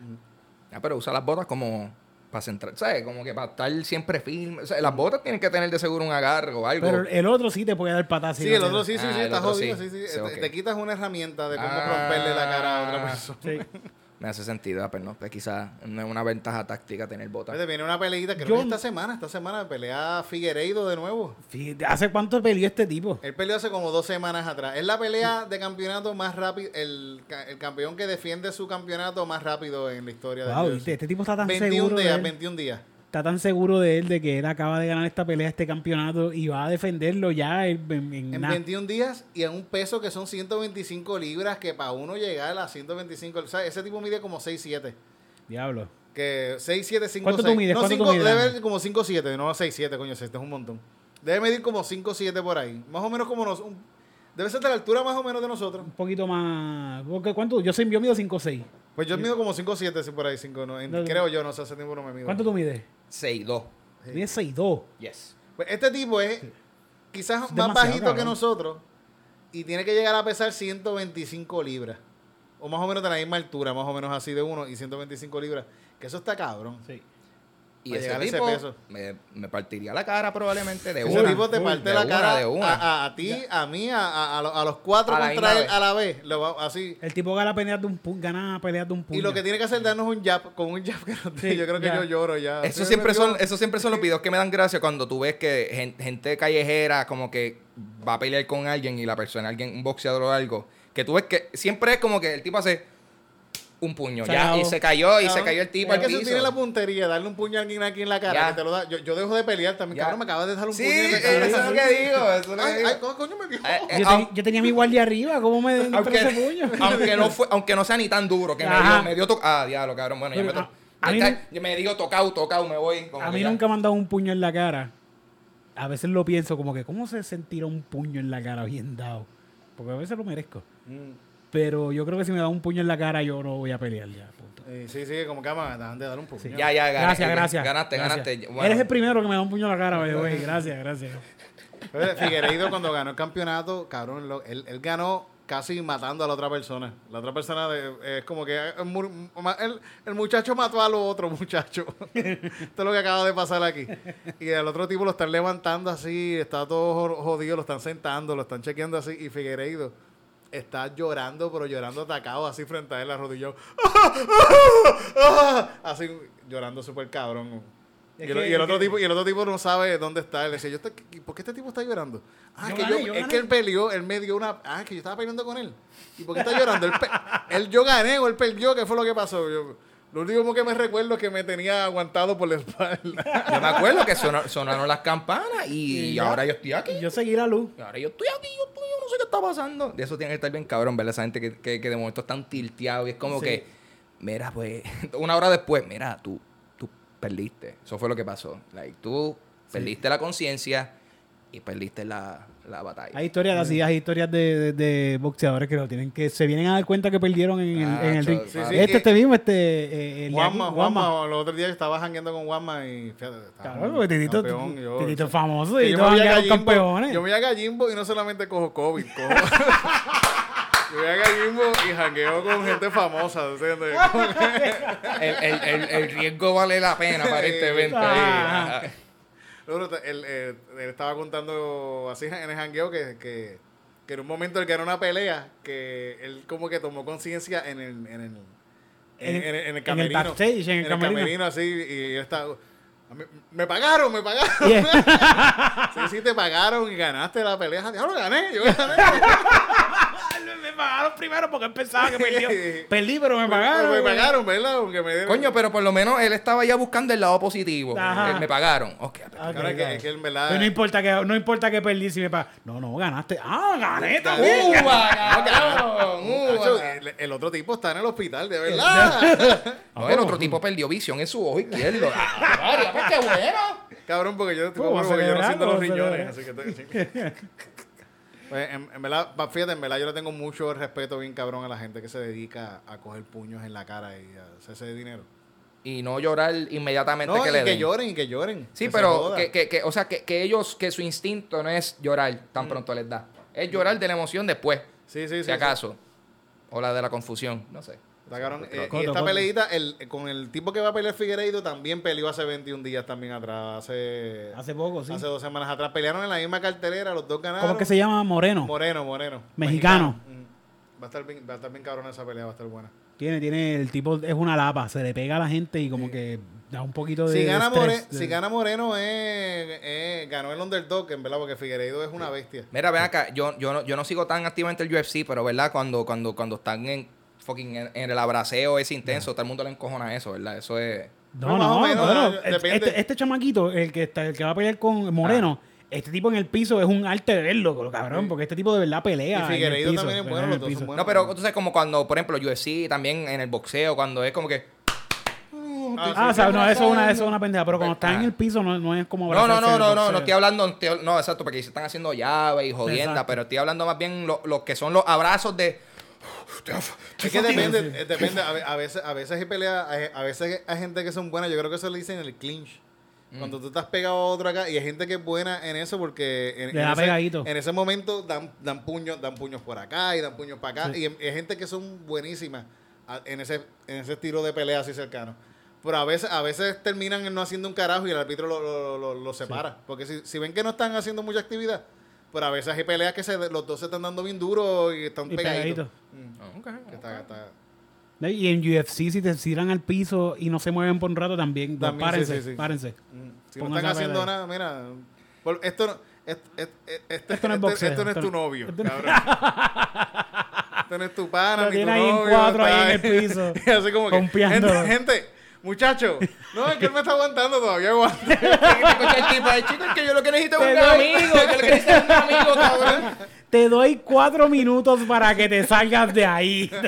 [SPEAKER 3] Ah, pero usa las botas como para centrar, ¿sabes? Como que para estar siempre firme. O sea, las botas tienen que tener de seguro un agarre o algo.
[SPEAKER 1] Pero el otro sí te puede dar patada. si
[SPEAKER 2] Sí,
[SPEAKER 1] no
[SPEAKER 2] el
[SPEAKER 1] te-
[SPEAKER 2] otro sí, sí,
[SPEAKER 3] Ah,
[SPEAKER 2] sí,
[SPEAKER 3] el
[SPEAKER 2] está
[SPEAKER 3] otro
[SPEAKER 2] jodido. Sí,
[SPEAKER 3] sí.
[SPEAKER 2] sí.
[SPEAKER 3] Sí,
[SPEAKER 2] Te-
[SPEAKER 3] ok.
[SPEAKER 2] Te quitas una herramienta de cómo
[SPEAKER 3] Ah.
[SPEAKER 2] romperle la cara a otra persona.
[SPEAKER 1] Sí.
[SPEAKER 3] Me hace sentido, ah, pero no, pues quizás no es una ventaja táctica tener botas.
[SPEAKER 2] Fíjate, viene una peleita, creo
[SPEAKER 1] Yo-
[SPEAKER 2] que esta semana, esta semana pelea Figueiredo de nuevo.
[SPEAKER 1] Fíjate, ¿Hace cuánto peleó este tipo?
[SPEAKER 2] Él peleó hace como dos semanas atrás. Es la pelea de campeonato más rápido, el, ca- el campeón que defiende su campeonato más rápido en la historia
[SPEAKER 1] Wow,
[SPEAKER 2] del
[SPEAKER 1] ¿viste?
[SPEAKER 2] UFC.
[SPEAKER 1] este tipo está tan
[SPEAKER 2] 21
[SPEAKER 1] seguro. de
[SPEAKER 2] días,
[SPEAKER 1] él.
[SPEAKER 2] 21 días.
[SPEAKER 1] está tan seguro de él de que él acaba de ganar esta pelea, este campeonato y va a defenderlo ya en, en- en
[SPEAKER 2] En
[SPEAKER 1] nada.
[SPEAKER 2] 21 días y en un peso que son 125 libras, que para uno llegar a 125, o sea, ese tipo mide como 6'7".
[SPEAKER 1] Diablo.
[SPEAKER 2] Que 6, 7, 5,
[SPEAKER 1] ¿Cuánto tú mides?
[SPEAKER 2] No,
[SPEAKER 1] ¿Cuánto tú
[SPEAKER 2] 5,
[SPEAKER 1] mides?
[SPEAKER 2] debe medir como 5, 7, no 6, 7, coño, este es un montón. Debe medir como 5, 7 por ahí. Más o menos como nos... un- debe ser de la altura más o menos de nosotros.
[SPEAKER 1] Un poquito más. porque ¿Cuánto? Yo soy yo mido 5 6.
[SPEAKER 2] Pues yo mido como 5, 7, por ahí, 5, no, en-
[SPEAKER 1] No, no.
[SPEAKER 2] creo yo, no sé, hace tiempo no me mido.
[SPEAKER 1] ¿Cuánto tú mides?
[SPEAKER 3] 6-2.
[SPEAKER 1] Mides 6 2.
[SPEAKER 3] Yes.
[SPEAKER 2] Pues este tipo es quizás
[SPEAKER 1] Es
[SPEAKER 2] más
[SPEAKER 1] demasiado,
[SPEAKER 2] bajito que
[SPEAKER 1] cabrón.
[SPEAKER 2] nosotros y tiene que llegar a pesar 125 libras. O más o menos de la misma altura, más o menos así de uno y 125 libras. Que eso está cabrón.
[SPEAKER 1] Sí.
[SPEAKER 3] Y
[SPEAKER 2] Para
[SPEAKER 3] ese
[SPEAKER 2] llegar a ese
[SPEAKER 3] tipo
[SPEAKER 2] peso.
[SPEAKER 3] me, me partiría la cara probablemente de
[SPEAKER 2] Ese
[SPEAKER 3] una.
[SPEAKER 2] tipo te
[SPEAKER 3] Uy,
[SPEAKER 2] parte
[SPEAKER 3] de
[SPEAKER 2] la
[SPEAKER 3] una,
[SPEAKER 2] cara
[SPEAKER 3] de una.
[SPEAKER 2] A, a- a ti, a mí, a, a- a lo- a los cuatro
[SPEAKER 3] A la
[SPEAKER 2] contra
[SPEAKER 3] misma
[SPEAKER 2] él
[SPEAKER 3] vez.
[SPEAKER 2] a la vez. Lo va- así.
[SPEAKER 1] El tipo gana peleas de un pu- gana peleas de un puño.
[SPEAKER 2] Y lo que tiene que hacer es darnos un jab, con un jab que no te-
[SPEAKER 1] Sí,
[SPEAKER 2] Yo creo que
[SPEAKER 1] ya.
[SPEAKER 2] yo lloro ya.
[SPEAKER 3] Eso
[SPEAKER 2] Estoy
[SPEAKER 3] siempre, son,
[SPEAKER 2] nervioso.
[SPEAKER 3] eso siempre son los videos que me dan gracia cuando tú ves que gen- gente callejera como que va a pelear con alguien y la persona, alguien, un boxeador o algo, que tú ves que siempre es como que el tipo hace un puño
[SPEAKER 1] Se
[SPEAKER 3] ya
[SPEAKER 1] acabó.
[SPEAKER 3] y se cayó y se
[SPEAKER 2] Cabrón,
[SPEAKER 3] cayó el tipo
[SPEAKER 2] es
[SPEAKER 3] al
[SPEAKER 2] que si tiene la
[SPEAKER 3] piso.
[SPEAKER 2] puntería, darle un puño a alguien aquí en la cara,
[SPEAKER 3] Ya.
[SPEAKER 2] que te lo da. Yo, yo dejo de pelear también.
[SPEAKER 3] Ya.
[SPEAKER 2] Cabrón, me acabas de dejar un
[SPEAKER 3] Sí,
[SPEAKER 2] puño en la
[SPEAKER 3] eh,
[SPEAKER 2] cara.
[SPEAKER 3] eso es lo que digo. Eso es lo que
[SPEAKER 2] Ay,
[SPEAKER 3] digo.
[SPEAKER 2] ay, co- coño, me picó.
[SPEAKER 3] Eh, eh,
[SPEAKER 1] yo,
[SPEAKER 3] au-
[SPEAKER 1] teni- yo tenía mi guardia arriba, ¿cómo me den ese
[SPEAKER 3] aunque,
[SPEAKER 1] puño?
[SPEAKER 3] aunque no fue, aunque no sea ni tan duro que me
[SPEAKER 1] Ajá.
[SPEAKER 3] dio, me dio to- ah diablo cabrón bueno ya
[SPEAKER 1] Pero,
[SPEAKER 3] me, to-
[SPEAKER 1] a- a mí
[SPEAKER 3] ya
[SPEAKER 1] nu-
[SPEAKER 3] está- ya me digo tocado tocado me voy como
[SPEAKER 1] A
[SPEAKER 3] que
[SPEAKER 1] mí
[SPEAKER 3] ya.
[SPEAKER 1] nunca me han dado un puño en la cara. A veces lo pienso como que, ¿cómo se sentirá un puño en la cara bien dado? Porque a veces lo merezco.
[SPEAKER 3] Mm.
[SPEAKER 1] Pero yo creo que si me da un puño en la cara, yo no voy a pelear ya. punto.
[SPEAKER 2] Eh, Sí, sí, como cama, dejan de dar un puño.
[SPEAKER 3] ya ya gané.
[SPEAKER 1] Gracias, gracias.
[SPEAKER 3] ganaste
[SPEAKER 1] Gracias.
[SPEAKER 3] ganaste Bueno,
[SPEAKER 1] Eres el primero que me da un puño en la cara, by the way. Gracias, gracias.
[SPEAKER 2] Pero Figueiredo cuando ganó el campeonato, cabrón, lo- él, él ganó casi matando a la otra persona. La otra persona de- es como que eh, mu- ma- el, el muchacho mató al otro muchacho. Esto es lo que acaba de pasar aquí. Y al otro tipo lo están levantando así, está todo jo- jodido, lo están sentando, lo están chequeando así. Y Figueiredo está llorando, pero llorando atacado así frente a él, arrodillado. Así llorando súper cabrón.
[SPEAKER 1] Es
[SPEAKER 2] y, el,
[SPEAKER 1] que-
[SPEAKER 2] y el otro
[SPEAKER 1] es que-
[SPEAKER 2] tipo, y el otro tipo no sabe dónde está. Él decía, yo estoy- ¿por qué este tipo está llorando? Ah,
[SPEAKER 1] Yo
[SPEAKER 2] que
[SPEAKER 1] gané,
[SPEAKER 2] yo,
[SPEAKER 1] yo
[SPEAKER 2] es
[SPEAKER 1] gané.
[SPEAKER 2] que él peleó, él me dio una. Ah, que yo estaba peleando con él. ¿Y por qué está llorando? él, pe- él- yo gané o él perdió, ¿qué fue lo que pasó? Yo- lo único que me recuerdo es que me tenía aguantado por la espalda.
[SPEAKER 3] Yo me acuerdo que sonó- sonaron las campanas y,
[SPEAKER 1] Y ya.
[SPEAKER 3] ahora yo estoy aquí.
[SPEAKER 1] Yo seguí la luz.
[SPEAKER 3] Ahora yo estoy aquí, yo, estoy, yo no sé qué está pasando. De eso tiene que estar bien cabrón, ¿verdad? Esa gente que, que, que de momento están tilteados y es como
[SPEAKER 1] Sí.
[SPEAKER 3] que, mira, pues, una hora después, mira, tú, tú perdiste. Eso fue lo que pasó. Like, tú perdiste la conciencia y perdiste la, la batalla.
[SPEAKER 1] Hay historias
[SPEAKER 3] Mm.
[SPEAKER 1] así, hay historias de, de- de boxeadores que lo tienen, que se vienen a dar cuenta que perdieron en el,
[SPEAKER 3] Ah,
[SPEAKER 1] en el ring.
[SPEAKER 3] chaval. Sí,
[SPEAKER 2] sí,
[SPEAKER 1] este,
[SPEAKER 2] que-
[SPEAKER 1] este mismo, este, eh, el de aquí,
[SPEAKER 2] Juanma, Juanma, los otros días estaba jangueando con Juanma y fíjate, estaba
[SPEAKER 1] Claro, porque Titito,
[SPEAKER 2] campeón, yo-
[SPEAKER 1] Titito es famoso,
[SPEAKER 2] que yo
[SPEAKER 1] Titito
[SPEAKER 2] me voy a
[SPEAKER 1] han quedado
[SPEAKER 2] Gallimbo-
[SPEAKER 1] campeones.
[SPEAKER 2] Yo me voy a Gallimbo y no solamente cojo COVID, cojo. yo voy a Gallimbo y jangueo con gente famosa, ¿entiendes?
[SPEAKER 3] El, el- el- el riesgo vale la pena, aparentemente. ahí.
[SPEAKER 1] Ah.
[SPEAKER 3] Ajá.
[SPEAKER 2] Luego, él, eh, él estaba contando así en el jangueo que, que, que en un momento él ganó una pelea que él como que tomó conciencia en el, en el, en, en- en el camerino.
[SPEAKER 1] backstage, en el camerino.
[SPEAKER 2] así, y él estaba... "A mí- Me pagaron, me pagaron. sí, sí, te pagaron y ganaste la pelea. Yo lo gané, yo gané.
[SPEAKER 1] me pagaron primero porque él pensaba que
[SPEAKER 2] perdió.
[SPEAKER 1] Perdí, pero me
[SPEAKER 2] me pagaron, ¿verdad? Aunque me dieron...
[SPEAKER 3] Coño, pero por lo menos él estaba ya buscando el lado positivo.
[SPEAKER 1] Ajá.
[SPEAKER 3] Eh, Me pagaron. Ok, pues,
[SPEAKER 2] Ahora que, que él, ¿verdad? eh,
[SPEAKER 1] Pero no importa que no importa que perdí si me pagan. No, no, ganaste. Ah, gané también.
[SPEAKER 3] ¡Uva, cabrón!
[SPEAKER 2] Nacho,
[SPEAKER 3] ¡Uva!
[SPEAKER 2] el, el otro tipo está en el hospital,
[SPEAKER 1] Eh,
[SPEAKER 2] de verdad.
[SPEAKER 3] No, el otro tipo perdió visión en su ojo izquierdo. ¡Ah, vale, pues, qué bueno!
[SPEAKER 2] Cabrón, porque yo,
[SPEAKER 1] ¿Cómo va a
[SPEAKER 2] porque yo no
[SPEAKER 1] celebrar?
[SPEAKER 2] siento
[SPEAKER 1] ¿Cómo
[SPEAKER 2] los
[SPEAKER 1] va a
[SPEAKER 2] riñones, así que te- Pues, en, en verdad, pa- fíjate, en verdad yo le tengo mucho respeto bien cabrón a la gente que se dedica a coger puños en la cara y a hacerse de dinero.
[SPEAKER 3] Y no llorar inmediatamente
[SPEAKER 2] No,
[SPEAKER 3] que
[SPEAKER 2] y
[SPEAKER 3] le
[SPEAKER 2] que
[SPEAKER 3] den.
[SPEAKER 2] lloren y que lloren.
[SPEAKER 3] Sí,
[SPEAKER 2] que se
[SPEAKER 3] pero
[SPEAKER 2] joda.
[SPEAKER 3] que, que- que- o sea, que, que ellos, que su instinto no es llorar tan pronto les da. Es llorar de la emoción después,
[SPEAKER 2] Sí, sí, sí.
[SPEAKER 3] si
[SPEAKER 2] sí.
[SPEAKER 3] acaso. O la de la confusión, no sé.
[SPEAKER 2] Está cabrón. Eh, y
[SPEAKER 1] Coto,
[SPEAKER 2] esta
[SPEAKER 1] coto.
[SPEAKER 2] peleita, el, eh, con el tipo que va a pelear Figueiredo, también peleó hace 21 días también atrás. Hace,
[SPEAKER 1] Hace poco, sí.
[SPEAKER 2] hace dos semanas atrás. Pelearon en la misma cartelera, los dos ganaron.
[SPEAKER 1] ¿Cómo que se llama Moreno?
[SPEAKER 2] Moreno, Moreno.
[SPEAKER 1] Mexicano.
[SPEAKER 2] Mm. Va a estar bien, va a estar bien cabrón esa pelea, va a estar buena.
[SPEAKER 1] Tiene, tiene, el tipo es una lapa, se le pega a la gente y como que da un poquito de.
[SPEAKER 2] Si gana,
[SPEAKER 1] de
[SPEAKER 2] More-
[SPEAKER 1] estrés, de-
[SPEAKER 2] si gana Moreno, eh, eh, ganó el underdog, en verdad, porque Figueiredo es una bestia.
[SPEAKER 3] Mira, ven acá, yo, yo, no, yo no sigo tan activamente el UFC, pero ¿verdad? Cuando, cuando, cuando están en, fucking en, en el abraceo ese intenso, todo el mundo le encojona eso, ¿verdad? Eso es...
[SPEAKER 1] No,
[SPEAKER 2] Más
[SPEAKER 1] no,
[SPEAKER 2] o menos,
[SPEAKER 1] bueno,
[SPEAKER 2] eh,
[SPEAKER 1] este-
[SPEAKER 2] depende. Ah.
[SPEAKER 1] este, este chamaquito, el que está, el que va a pelear con Moreno, este tipo en el piso es un arte de verlo, lo cabrón, porque este tipo de verdad pelea.
[SPEAKER 2] Y
[SPEAKER 1] en el
[SPEAKER 2] Figueiredo
[SPEAKER 1] piso,
[SPEAKER 2] también es
[SPEAKER 1] ¿verdad?
[SPEAKER 2] bueno,
[SPEAKER 1] En
[SPEAKER 2] los
[SPEAKER 1] el
[SPEAKER 2] dos son
[SPEAKER 1] piso.
[SPEAKER 2] buenos.
[SPEAKER 3] No, pero tú sabes como cuando, por ejemplo, UFC también en el boxeo, cuando es como que...
[SPEAKER 1] Ah, o sea, no, eso es una, eso es una pendeja, pero cuando está
[SPEAKER 3] Ah.
[SPEAKER 1] en el piso no, no es como
[SPEAKER 3] No, no,
[SPEAKER 1] abrazarse,
[SPEAKER 3] no, no, no,
[SPEAKER 1] entonces-
[SPEAKER 3] no estoy hablando, no estoy- no, exacto, porque se están haciendo llave y jodienda,
[SPEAKER 1] Exacto.
[SPEAKER 3] pero estoy hablando más bien lo- los que son los abrazos de...
[SPEAKER 2] Es que depende, eh, depende. A, ve- a veces, a veces hay peleas, a, a veces hay gente que son buenas. Yo creo que eso le dicen el clinch. Cuando tú estás pegado a otro acá, y hay gente que es buena en eso porque en,
[SPEAKER 1] Le
[SPEAKER 2] en
[SPEAKER 1] da
[SPEAKER 2] ese,
[SPEAKER 1] pegadito.
[SPEAKER 2] en ese momento dan, dan puños, dan puños por acá y dan puños para acá. Y hay- hay gente que son buenísimas a- en ese, en ese estilo de pelea así cercano. Pero a veces, a veces terminan en no haciendo un carajo y el árbitro lo, lo- lo- lo separa. Porque si, si ven que no están haciendo mucha actividad, pero a veces hay peleas que se, los dos se están dando bien duro y están
[SPEAKER 1] Y pegaditos.
[SPEAKER 2] pegaditos. Mm.
[SPEAKER 3] Ok.
[SPEAKER 2] Que está- está-
[SPEAKER 1] Y en UFC, si te tiran al piso y no se mueven por un rato, también, pues,
[SPEAKER 2] También, sí,
[SPEAKER 1] párense,
[SPEAKER 2] sí, sí.
[SPEAKER 1] párense.
[SPEAKER 2] Mm. Si no
[SPEAKER 1] Pónganse
[SPEAKER 2] están
[SPEAKER 1] a
[SPEAKER 2] haciendo
[SPEAKER 1] pelear.
[SPEAKER 2] nada, mira. por- Esto no, est- est- est- este-
[SPEAKER 1] Esto no es
[SPEAKER 2] este-
[SPEAKER 1] boxeo,
[SPEAKER 2] esto no es
[SPEAKER 1] esto
[SPEAKER 2] tu
[SPEAKER 1] no-
[SPEAKER 2] novio,
[SPEAKER 1] esto no-
[SPEAKER 2] cabrón. Esto no es tu pana,
[SPEAKER 1] Lo
[SPEAKER 2] ni tu
[SPEAKER 1] tiene ahí en
[SPEAKER 2] novio.
[SPEAKER 1] cuatro, ahí en
[SPEAKER 2] está-
[SPEAKER 1] el piso,
[SPEAKER 2] Y así como que,
[SPEAKER 1] pompeándolo.
[SPEAKER 2] gente, gente, muchacho, no, es que él me está aguantando todavía, aguanta.
[SPEAKER 3] el tipo de chico es que yo lo que necesito es un amigo, yo lo que necesito es un amigo, cabrón.
[SPEAKER 1] Te doy cuatro minutos para que te salgas de ahí.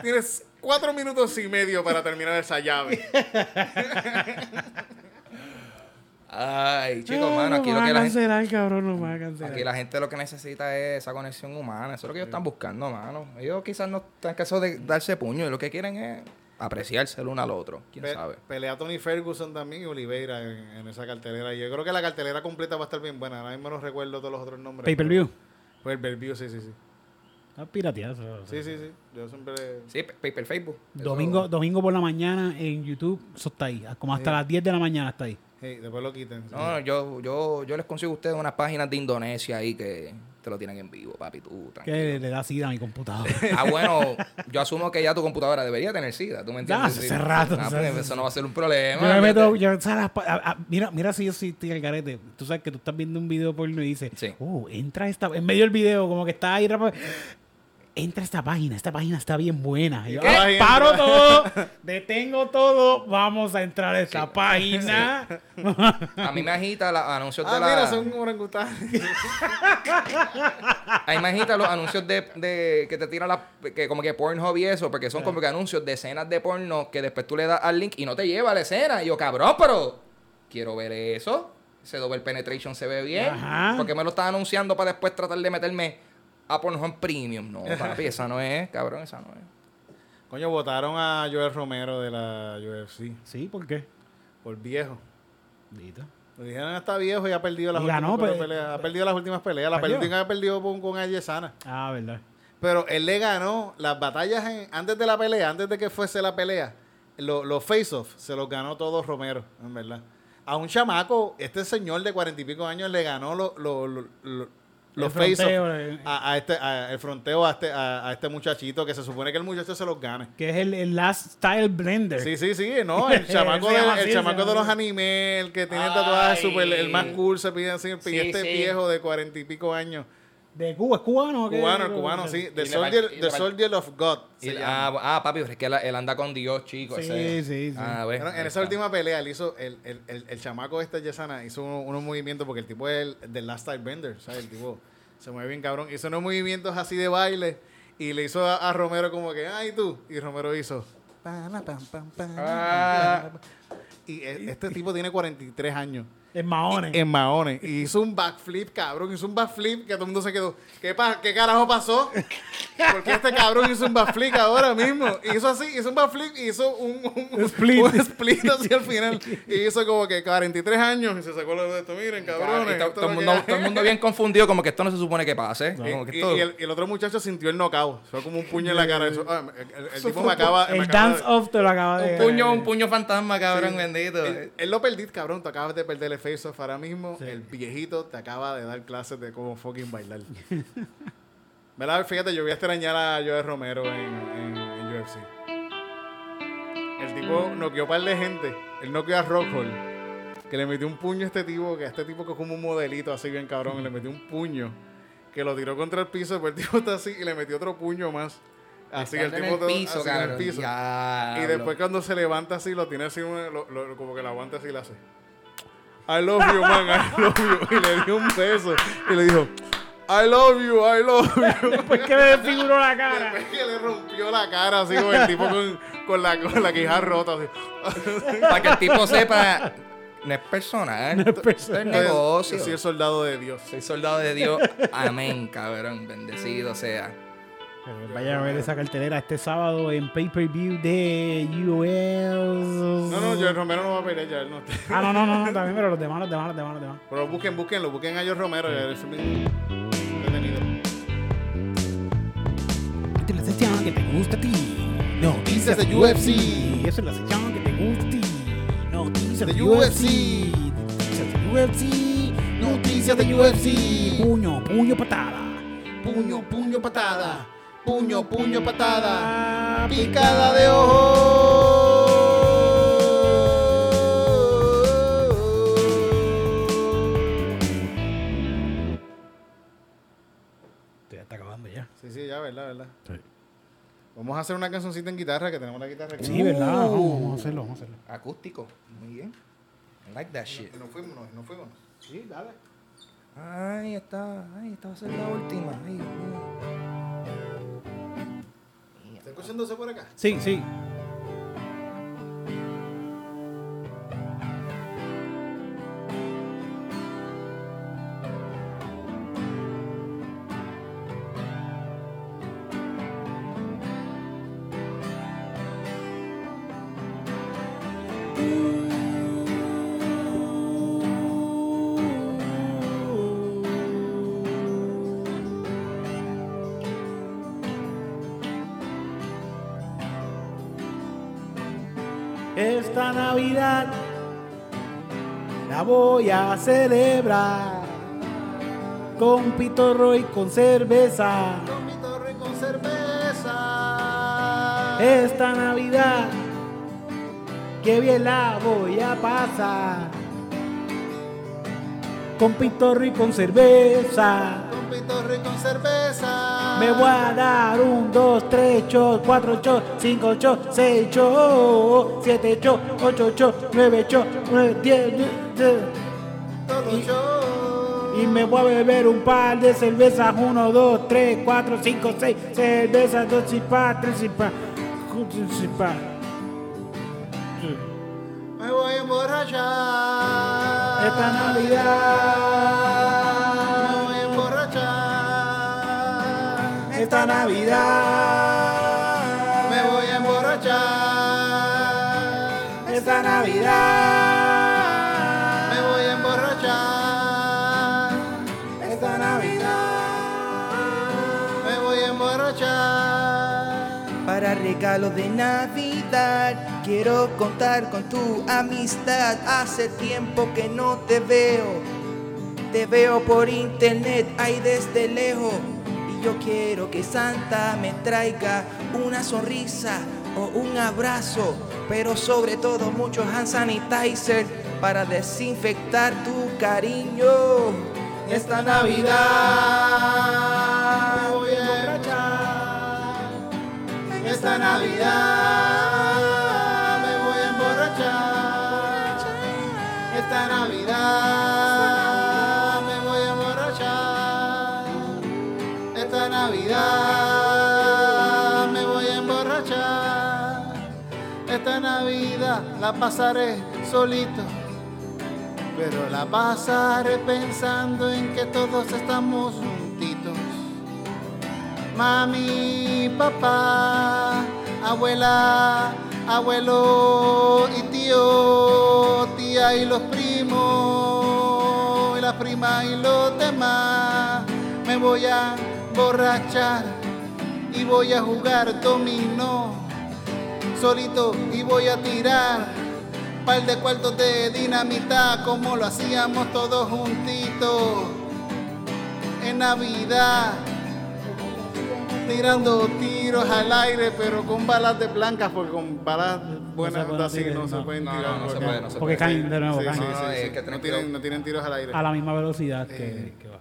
[SPEAKER 2] Tienes cuatro minutos y medio para terminar esa llave.
[SPEAKER 3] Ay, chicos,
[SPEAKER 1] Ay,
[SPEAKER 3] mano, aquí
[SPEAKER 1] nos
[SPEAKER 3] lo
[SPEAKER 1] van
[SPEAKER 3] que
[SPEAKER 1] a
[SPEAKER 3] la gente...
[SPEAKER 1] cancelar, cabrón, nos van a cancelar.
[SPEAKER 3] Aquí la gente lo que necesita es esa conexión humana, eso es lo que ellos están buscando, mano. Ellos quizás no están caso de darse puño, lo que quieren es apreciarse el uno al otro, quién
[SPEAKER 2] Pe-
[SPEAKER 3] sabe.
[SPEAKER 2] Pelea Tony Ferguson también y Oliveira en, en esa cartelera. Y Yo creo que la cartelera completa va a estar bien buena. Ahora mismo no recuerdo todos los otros nombres.
[SPEAKER 1] Pay per view.
[SPEAKER 2] Pay per view, sí, sí, sí.
[SPEAKER 1] Ah, pirateazo.
[SPEAKER 2] Sí, sí, sí. Yo siempre.
[SPEAKER 3] Sí, paper Facebook. Eso-
[SPEAKER 1] Domingo, domingo por la mañana en YouTube, eso está ahí. Como hasta las 10 de la mañana está ahí.
[SPEAKER 2] Sí, Ah, después lo quiten.
[SPEAKER 3] No, no, yo, yo, yo les consigo a ustedes unas páginas de Indonesia ahí que te lo tienen en vivo, papi, tú, tranquilo.
[SPEAKER 1] Que le da sida a mi computadora.
[SPEAKER 3] Ah, bueno, yo asumo que ya tu computadora debería tener SIDA, ¿tú me
[SPEAKER 1] Ya,
[SPEAKER 3] entiendes?
[SPEAKER 1] hace rato,
[SPEAKER 3] Ah,
[SPEAKER 1] o sea,
[SPEAKER 3] pues
[SPEAKER 1] sí,
[SPEAKER 3] eso
[SPEAKER 1] sí.
[SPEAKER 3] no va a ser un problema.
[SPEAKER 1] Yo me meto,
[SPEAKER 3] ¿entiendes?
[SPEAKER 1] yo, ¿sabes? A- a- mira, mira si yo sí estoy al garete. Tú sabes que tú estás viendo un video porno y dices,
[SPEAKER 3] Sí.
[SPEAKER 1] oh, entra esta, en medio del video, como que está ahí, rapa- entra esta página, esta página está bien buena. Y yo,
[SPEAKER 2] ¿Qué?
[SPEAKER 1] "Ah,
[SPEAKER 2] Ay,
[SPEAKER 1] paro
[SPEAKER 2] entra.
[SPEAKER 1] todo, detengo todo, vamos a entrar a esta página.
[SPEAKER 3] A mí me agita los anuncios
[SPEAKER 2] Ah,
[SPEAKER 3] de la...
[SPEAKER 2] mira, son orangutanes.
[SPEAKER 3] A mí me agita los anuncios de, de- que te tiran la, que como que Pornhub y eso, porque son como que anuncios de escenas de porno que después tú le das al link y no te lleva a la escena. Y yo, cabrón, pero quiero ver eso. Ese double penetration se ve bien.
[SPEAKER 1] Ajá.
[SPEAKER 3] Porque me lo estás anunciando para después tratar de meterme a Pornhub Premium. No, papi, esa no es, cabrón, esa no es.
[SPEAKER 2] Coño, votaron a Joel Romero de la UFC
[SPEAKER 1] Sí, ¿por qué?
[SPEAKER 2] por viejo.
[SPEAKER 1] Dito.
[SPEAKER 2] Lo dijeron está viejo y ha perdido las
[SPEAKER 1] Y
[SPEAKER 2] últimas
[SPEAKER 1] ganó, pe-
[SPEAKER 2] peleas. Ha perdido las últimas peleas. La
[SPEAKER 1] ¿Perdió?
[SPEAKER 2] última que perdió con, con Ayesana.
[SPEAKER 1] Ah, verdad.
[SPEAKER 2] Pero él le ganó las batallas en- antes de la pelea, antes de que fuese la pelea. lo- los face-offs se los ganó todos Romero, en verdad. A un chamaco, este señor de cuarenta y pico años le ganó lo- lo- lo- lo- los
[SPEAKER 1] El fronteo,
[SPEAKER 2] face-offs
[SPEAKER 1] eh.
[SPEAKER 2] a, a este, a- el fronteo a este, a, a este muchachito que se supone que el muchacho se los gane.
[SPEAKER 1] Que es el, el Last Style Blender.
[SPEAKER 2] Sí, sí, sí, no, el chamaco,
[SPEAKER 1] Se
[SPEAKER 2] del-
[SPEAKER 1] llama
[SPEAKER 2] el
[SPEAKER 1] así,
[SPEAKER 2] chamaco
[SPEAKER 1] se
[SPEAKER 2] de
[SPEAKER 1] llama
[SPEAKER 2] los
[SPEAKER 1] así.
[SPEAKER 2] animes, el que tiene tatuajes
[SPEAKER 3] Ay.
[SPEAKER 2] super, el más cool, se pide así,
[SPEAKER 3] Sí,
[SPEAKER 2] y este
[SPEAKER 3] sí.
[SPEAKER 2] viejo de cuarenta y pico años.
[SPEAKER 1] De Cuba, ¿es cubano? o qué?
[SPEAKER 2] Cubano, el cubano, sí. The
[SPEAKER 3] Y le
[SPEAKER 2] Soldier,
[SPEAKER 3] par- y
[SPEAKER 2] The
[SPEAKER 3] le par-
[SPEAKER 2] Soldier of God. se
[SPEAKER 3] Y-
[SPEAKER 2] llama.
[SPEAKER 3] ah, ah, papi, pero es que él, él anda con Dios, chico.
[SPEAKER 1] Sí,
[SPEAKER 3] ese-
[SPEAKER 1] sí, sí.
[SPEAKER 3] Ah, ves,
[SPEAKER 2] Bueno, en esa
[SPEAKER 3] ahí está.
[SPEAKER 2] última pelea, él hizo el, el, el, el chamaco este Yesana hizo uno- unos movimientos porque el tipo es el, del Last Time Bender, ¿sabes? El tipo se mueve bien cabrón. Hizo unos movimientos así de baile y le hizo a, a Romero como que, ay tú. Y Romero hizo. pana, pam, pam, pana,
[SPEAKER 3] Ah.
[SPEAKER 2] pam, pam. Y e- este tipo tiene 43 años.
[SPEAKER 1] En Mahones.
[SPEAKER 2] En Mahones. Y hizo un backflip, cabrón. Hizo un backflip que todo el mundo se quedó. ¿Qué, pa- qué carajo pasó? Porque este cabrón hizo un backflip ahora mismo. Hizo así, hizo un backflip y hizo un, un-
[SPEAKER 1] Un split.
[SPEAKER 2] un split hacia el final. Y hizo como que 43 años y se sacó lo de esto. Miren, cabrones.
[SPEAKER 3] Y to-
[SPEAKER 2] esto
[SPEAKER 3] todo, el
[SPEAKER 2] es lo
[SPEAKER 3] mundo,
[SPEAKER 2] que
[SPEAKER 3] todo el
[SPEAKER 2] hay.
[SPEAKER 3] mundo bien confundido, como que esto no se supone que pase.
[SPEAKER 2] Y-
[SPEAKER 3] como que
[SPEAKER 2] y,
[SPEAKER 3] esto-
[SPEAKER 2] y el, y el otro muchacho sintió el knockout. Fue como un puño en la cara. Eso, ah, el- el, el tipo me acaba. me
[SPEAKER 1] el
[SPEAKER 2] acaba
[SPEAKER 1] Dance
[SPEAKER 2] de-
[SPEAKER 1] Off te lo acaba de...
[SPEAKER 3] un puño, un puño fantasma, cabrón,
[SPEAKER 2] Sí.
[SPEAKER 3] bendito.
[SPEAKER 2] Él, él lo perdí, cabrón. Te acabas de perder el face off ahora mismo. El viejito te acaba de dar clases de cómo fucking bailar. ¿Verdad? Fíjate, yo voy a extrañar a Joel Romero en, en, en UFC. El tipo noqueó par de gente. Él noqueó a Rockhold. Que le metió un puño a este tipo, que a este tipo que es como un modelito así bien cabrón, le metió un puño, que lo tiró contra el piso, pero el tipo está así y le metió otro puño más. Así que el
[SPEAKER 3] Estando en
[SPEAKER 2] tipo todo-
[SPEAKER 3] el piso,
[SPEAKER 2] así en el
[SPEAKER 3] cabrón.
[SPEAKER 2] piso.
[SPEAKER 3] Diablo.
[SPEAKER 2] Y después cuando se levanta así, lo tiene así, lo- lo- lo- como que lo aguanta así y le hace. I love you, man, I love you. Y le dio un beso. Y le dijo, I love you, I love you.
[SPEAKER 1] Después que le desfiguró la cara.
[SPEAKER 2] Después que le rompió la cara así con el tipo con, con la, con la quijada rota. Así.
[SPEAKER 3] Para que el tipo sepa, no es personal. No es
[SPEAKER 1] personal.
[SPEAKER 3] negocio.
[SPEAKER 2] Yo soy el soldado de Dios.
[SPEAKER 3] Soy soldado de Dios. Amén, cabrón. Bendecido sea.
[SPEAKER 1] Vayan a ver esa cartelera este sábado en pay-per-view de UL.
[SPEAKER 2] No, no, yo Romero no va a pelear ya, él no está.
[SPEAKER 1] Ah, no, no, no, no, también, pero los demás, los demás, los demás, los demás.
[SPEAKER 2] Pero busquen, busquenlo, busquen a George Romero. ya, él es bien detenido.
[SPEAKER 1] Esta Este es la sección que te gusta a ti. Noticias
[SPEAKER 2] de
[SPEAKER 1] Esa
[SPEAKER 2] UFC.
[SPEAKER 1] es la sección que te gusta a ti. Noticias
[SPEAKER 2] De
[SPEAKER 1] de
[SPEAKER 2] UFC.
[SPEAKER 1] UFC. Noticias de UFC.
[SPEAKER 2] Noticias de UFC.
[SPEAKER 1] Puño, puño, patada.
[SPEAKER 2] Puño, puño, patada. Puño, puño, patada. Picada de ojo.
[SPEAKER 1] Esto ya está acabando ya.
[SPEAKER 2] Sí, sí, ya, verdad, verdad. Vamos a hacer una cancioncita en guitarra, que tenemos la guitarra aquí.
[SPEAKER 1] Sí, ¿verdad? Vamos, vamos a hacerlo, vamos a hacerlo.
[SPEAKER 3] Acústico. Muy bien. I like that shit.
[SPEAKER 2] Nos fuimos, nos, nos fuimos. Sí, dale.
[SPEAKER 3] Ay, está. Ay, esta va a ser la última. Ay, Dios mío.
[SPEAKER 2] ¿Está escuchándose por acá?
[SPEAKER 1] Sí, sí. Esta Navidad La voy a celebrar con pitorro y con cerveza.
[SPEAKER 2] Con mi torre y con cerveza.
[SPEAKER 1] Esta Navidad, que bien la voy a pasar. Con pitorro y con cerveza.
[SPEAKER 2] Con mi torre y con cerveza.
[SPEAKER 1] Me voy a dar un, dos, tres chos, cuatro chos, cinco chos, seis chos, siete chos, ocho chos, nueve chos, nueve, diez, diez, diez.
[SPEAKER 2] Todo yo.
[SPEAKER 1] Y me voy a beber un par de cervezas. Uno, dos, tres, cuatro, cinco, seis. Cervezas, dos y pa, tres y pa. Tres y pa.
[SPEAKER 2] Me voy a emborrachar.
[SPEAKER 1] Esta Navidad.
[SPEAKER 2] Me voy a emborrachar.
[SPEAKER 1] Esta Navidad.
[SPEAKER 2] Me voy a emborrachar.
[SPEAKER 1] Esta Navidad.
[SPEAKER 2] Me voy a emborrachar.
[SPEAKER 1] Esta Navidad.
[SPEAKER 2] Me voy a emborrachar.
[SPEAKER 3] Para regalos de Navidad quiero contar con tu amistad. Hace tiempo que no te veo. Te veo por internet, ahí desde lejos. Y yo quiero que Santa me traiga una sonrisa o un abrazo. Pero sobre todo muchos hand sanitizer para desinfectar tu cariño.
[SPEAKER 2] Esta Navidad voy a emborrachar. Esta Navidad me voy a emborrachar. Esta Navidad me voy a emborrachar. Esta Navidad me voy a emborrachar. Esta Navidad la pasaré solito. Pero la pasaré pensando en que todos estamos juntitos. Mami, papá, abuela, abuelo y tío, tía y los primos, y las primas y los demás. Me voy a borrachar y voy a jugar dominó solito y voy a tirar par de cuartos de dinamita como lo hacíamos todos juntitos en Navidad tirando tiros al aire pero con balas de blancas porque con balas buenas
[SPEAKER 1] pueden
[SPEAKER 2] así
[SPEAKER 1] tirar,
[SPEAKER 2] no se
[SPEAKER 1] no.
[SPEAKER 2] pueden
[SPEAKER 5] No,
[SPEAKER 2] tirar
[SPEAKER 5] no, no se
[SPEAKER 2] porque-
[SPEAKER 5] puede, no se
[SPEAKER 1] Porque
[SPEAKER 5] puede.
[SPEAKER 1] caen de nuevo,
[SPEAKER 2] Sí,
[SPEAKER 1] caen
[SPEAKER 2] sí,
[SPEAKER 5] No,
[SPEAKER 2] sí,
[SPEAKER 5] es
[SPEAKER 2] sí.
[SPEAKER 5] que
[SPEAKER 2] no
[SPEAKER 5] tenés
[SPEAKER 2] tiren
[SPEAKER 5] que-
[SPEAKER 2] no tiren tiros al aire
[SPEAKER 1] a la misma velocidad que, que va.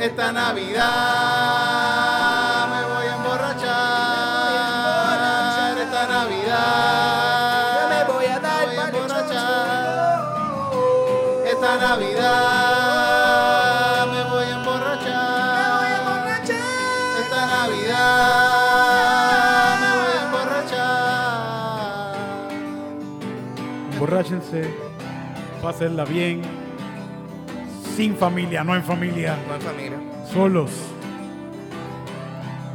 [SPEAKER 2] Esta Navidad me voy a emborrachar. Esta Navidad
[SPEAKER 3] Yo me voy a
[SPEAKER 2] me
[SPEAKER 3] dar
[SPEAKER 2] voy
[SPEAKER 3] pa'l
[SPEAKER 2] emborrachar. Esta Navidad me voy a emborrachar. Esta Navidad me voy a emborrachar.
[SPEAKER 1] Emborráchense, pásenla bien. Sin familia, no en familia,
[SPEAKER 5] Buen familia.
[SPEAKER 1] solos.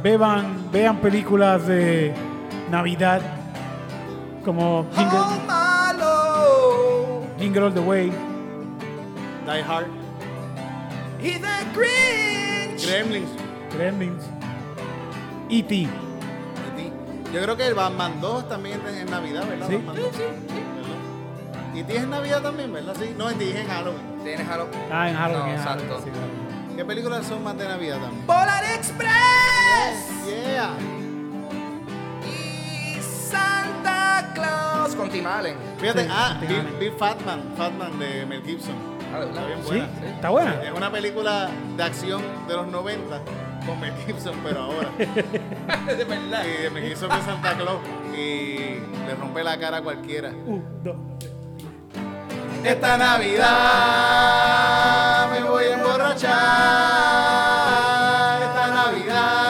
[SPEAKER 1] Beban, vean películas de Navidad como Jingle,
[SPEAKER 3] malo.
[SPEAKER 1] Jingle All the Way,
[SPEAKER 2] Die Hard,
[SPEAKER 3] y de cringe.
[SPEAKER 2] Gremlins.
[SPEAKER 1] Gremlins, E E.T.
[SPEAKER 2] Yo creo que el Batman 2 también es en Navidad, ¿verdad?
[SPEAKER 1] Sí.
[SPEAKER 2] Batman 2? ¿Verdad? Y 10 es Navidad también, ¿verdad? Sí. No, en 10 en Halloween.
[SPEAKER 5] Tienes algo.
[SPEAKER 1] Ah, en Halloween.
[SPEAKER 5] No,
[SPEAKER 1] en Halloween,
[SPEAKER 5] exacto.
[SPEAKER 1] sí, claro.
[SPEAKER 2] ¿Qué películas son más de Navidad también?
[SPEAKER 3] Polar Express
[SPEAKER 2] Yeah.
[SPEAKER 3] y Santa Claus. Con Tim Allen.
[SPEAKER 2] Fíjate,
[SPEAKER 1] Sí,
[SPEAKER 2] ah,
[SPEAKER 1] sí,
[SPEAKER 2] vi,
[SPEAKER 1] tiene.
[SPEAKER 2] vi Fatman, Fatman de Mel Gibson.
[SPEAKER 5] Ah,
[SPEAKER 2] Está bien
[SPEAKER 1] ¿Sí?
[SPEAKER 2] buena. sí.
[SPEAKER 1] ¿Está buena?
[SPEAKER 2] Es una película de acción de los 90 con Mel Gibson, pero ahora.
[SPEAKER 5] De verdad.
[SPEAKER 2] y Mel Gibson es Santa Claus y le rompe la cara a cualquiera.
[SPEAKER 1] Un, Uh, dos, tres.
[SPEAKER 2] Esta Navidad me voy a emborrachar. Esta Navidad,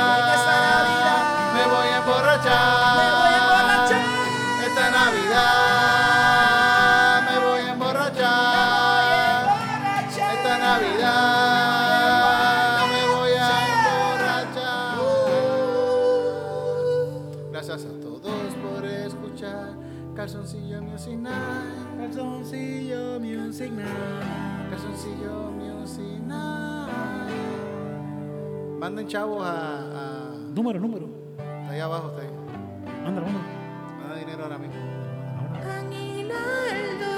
[SPEAKER 2] me voy a emborrachar. Esta Navidad me voy a emborrachar. Esta Navidad me voy a emborrachar. Gracias a todos por escuchar. Calzoncillo Music Night.
[SPEAKER 1] Calzoncillo Music Night.
[SPEAKER 2] Calzoncillo Music Night. Manden chavos a, a-
[SPEAKER 1] Número, número.
[SPEAKER 2] Está ahí abajo, está ahí.
[SPEAKER 1] Mándalo, mándalo.
[SPEAKER 2] Manda dinero ahora mismo.
[SPEAKER 4] Aguinaldo.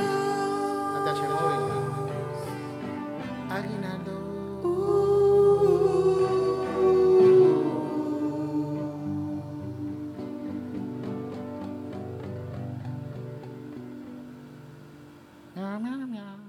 [SPEAKER 1] Miau, miau, miau.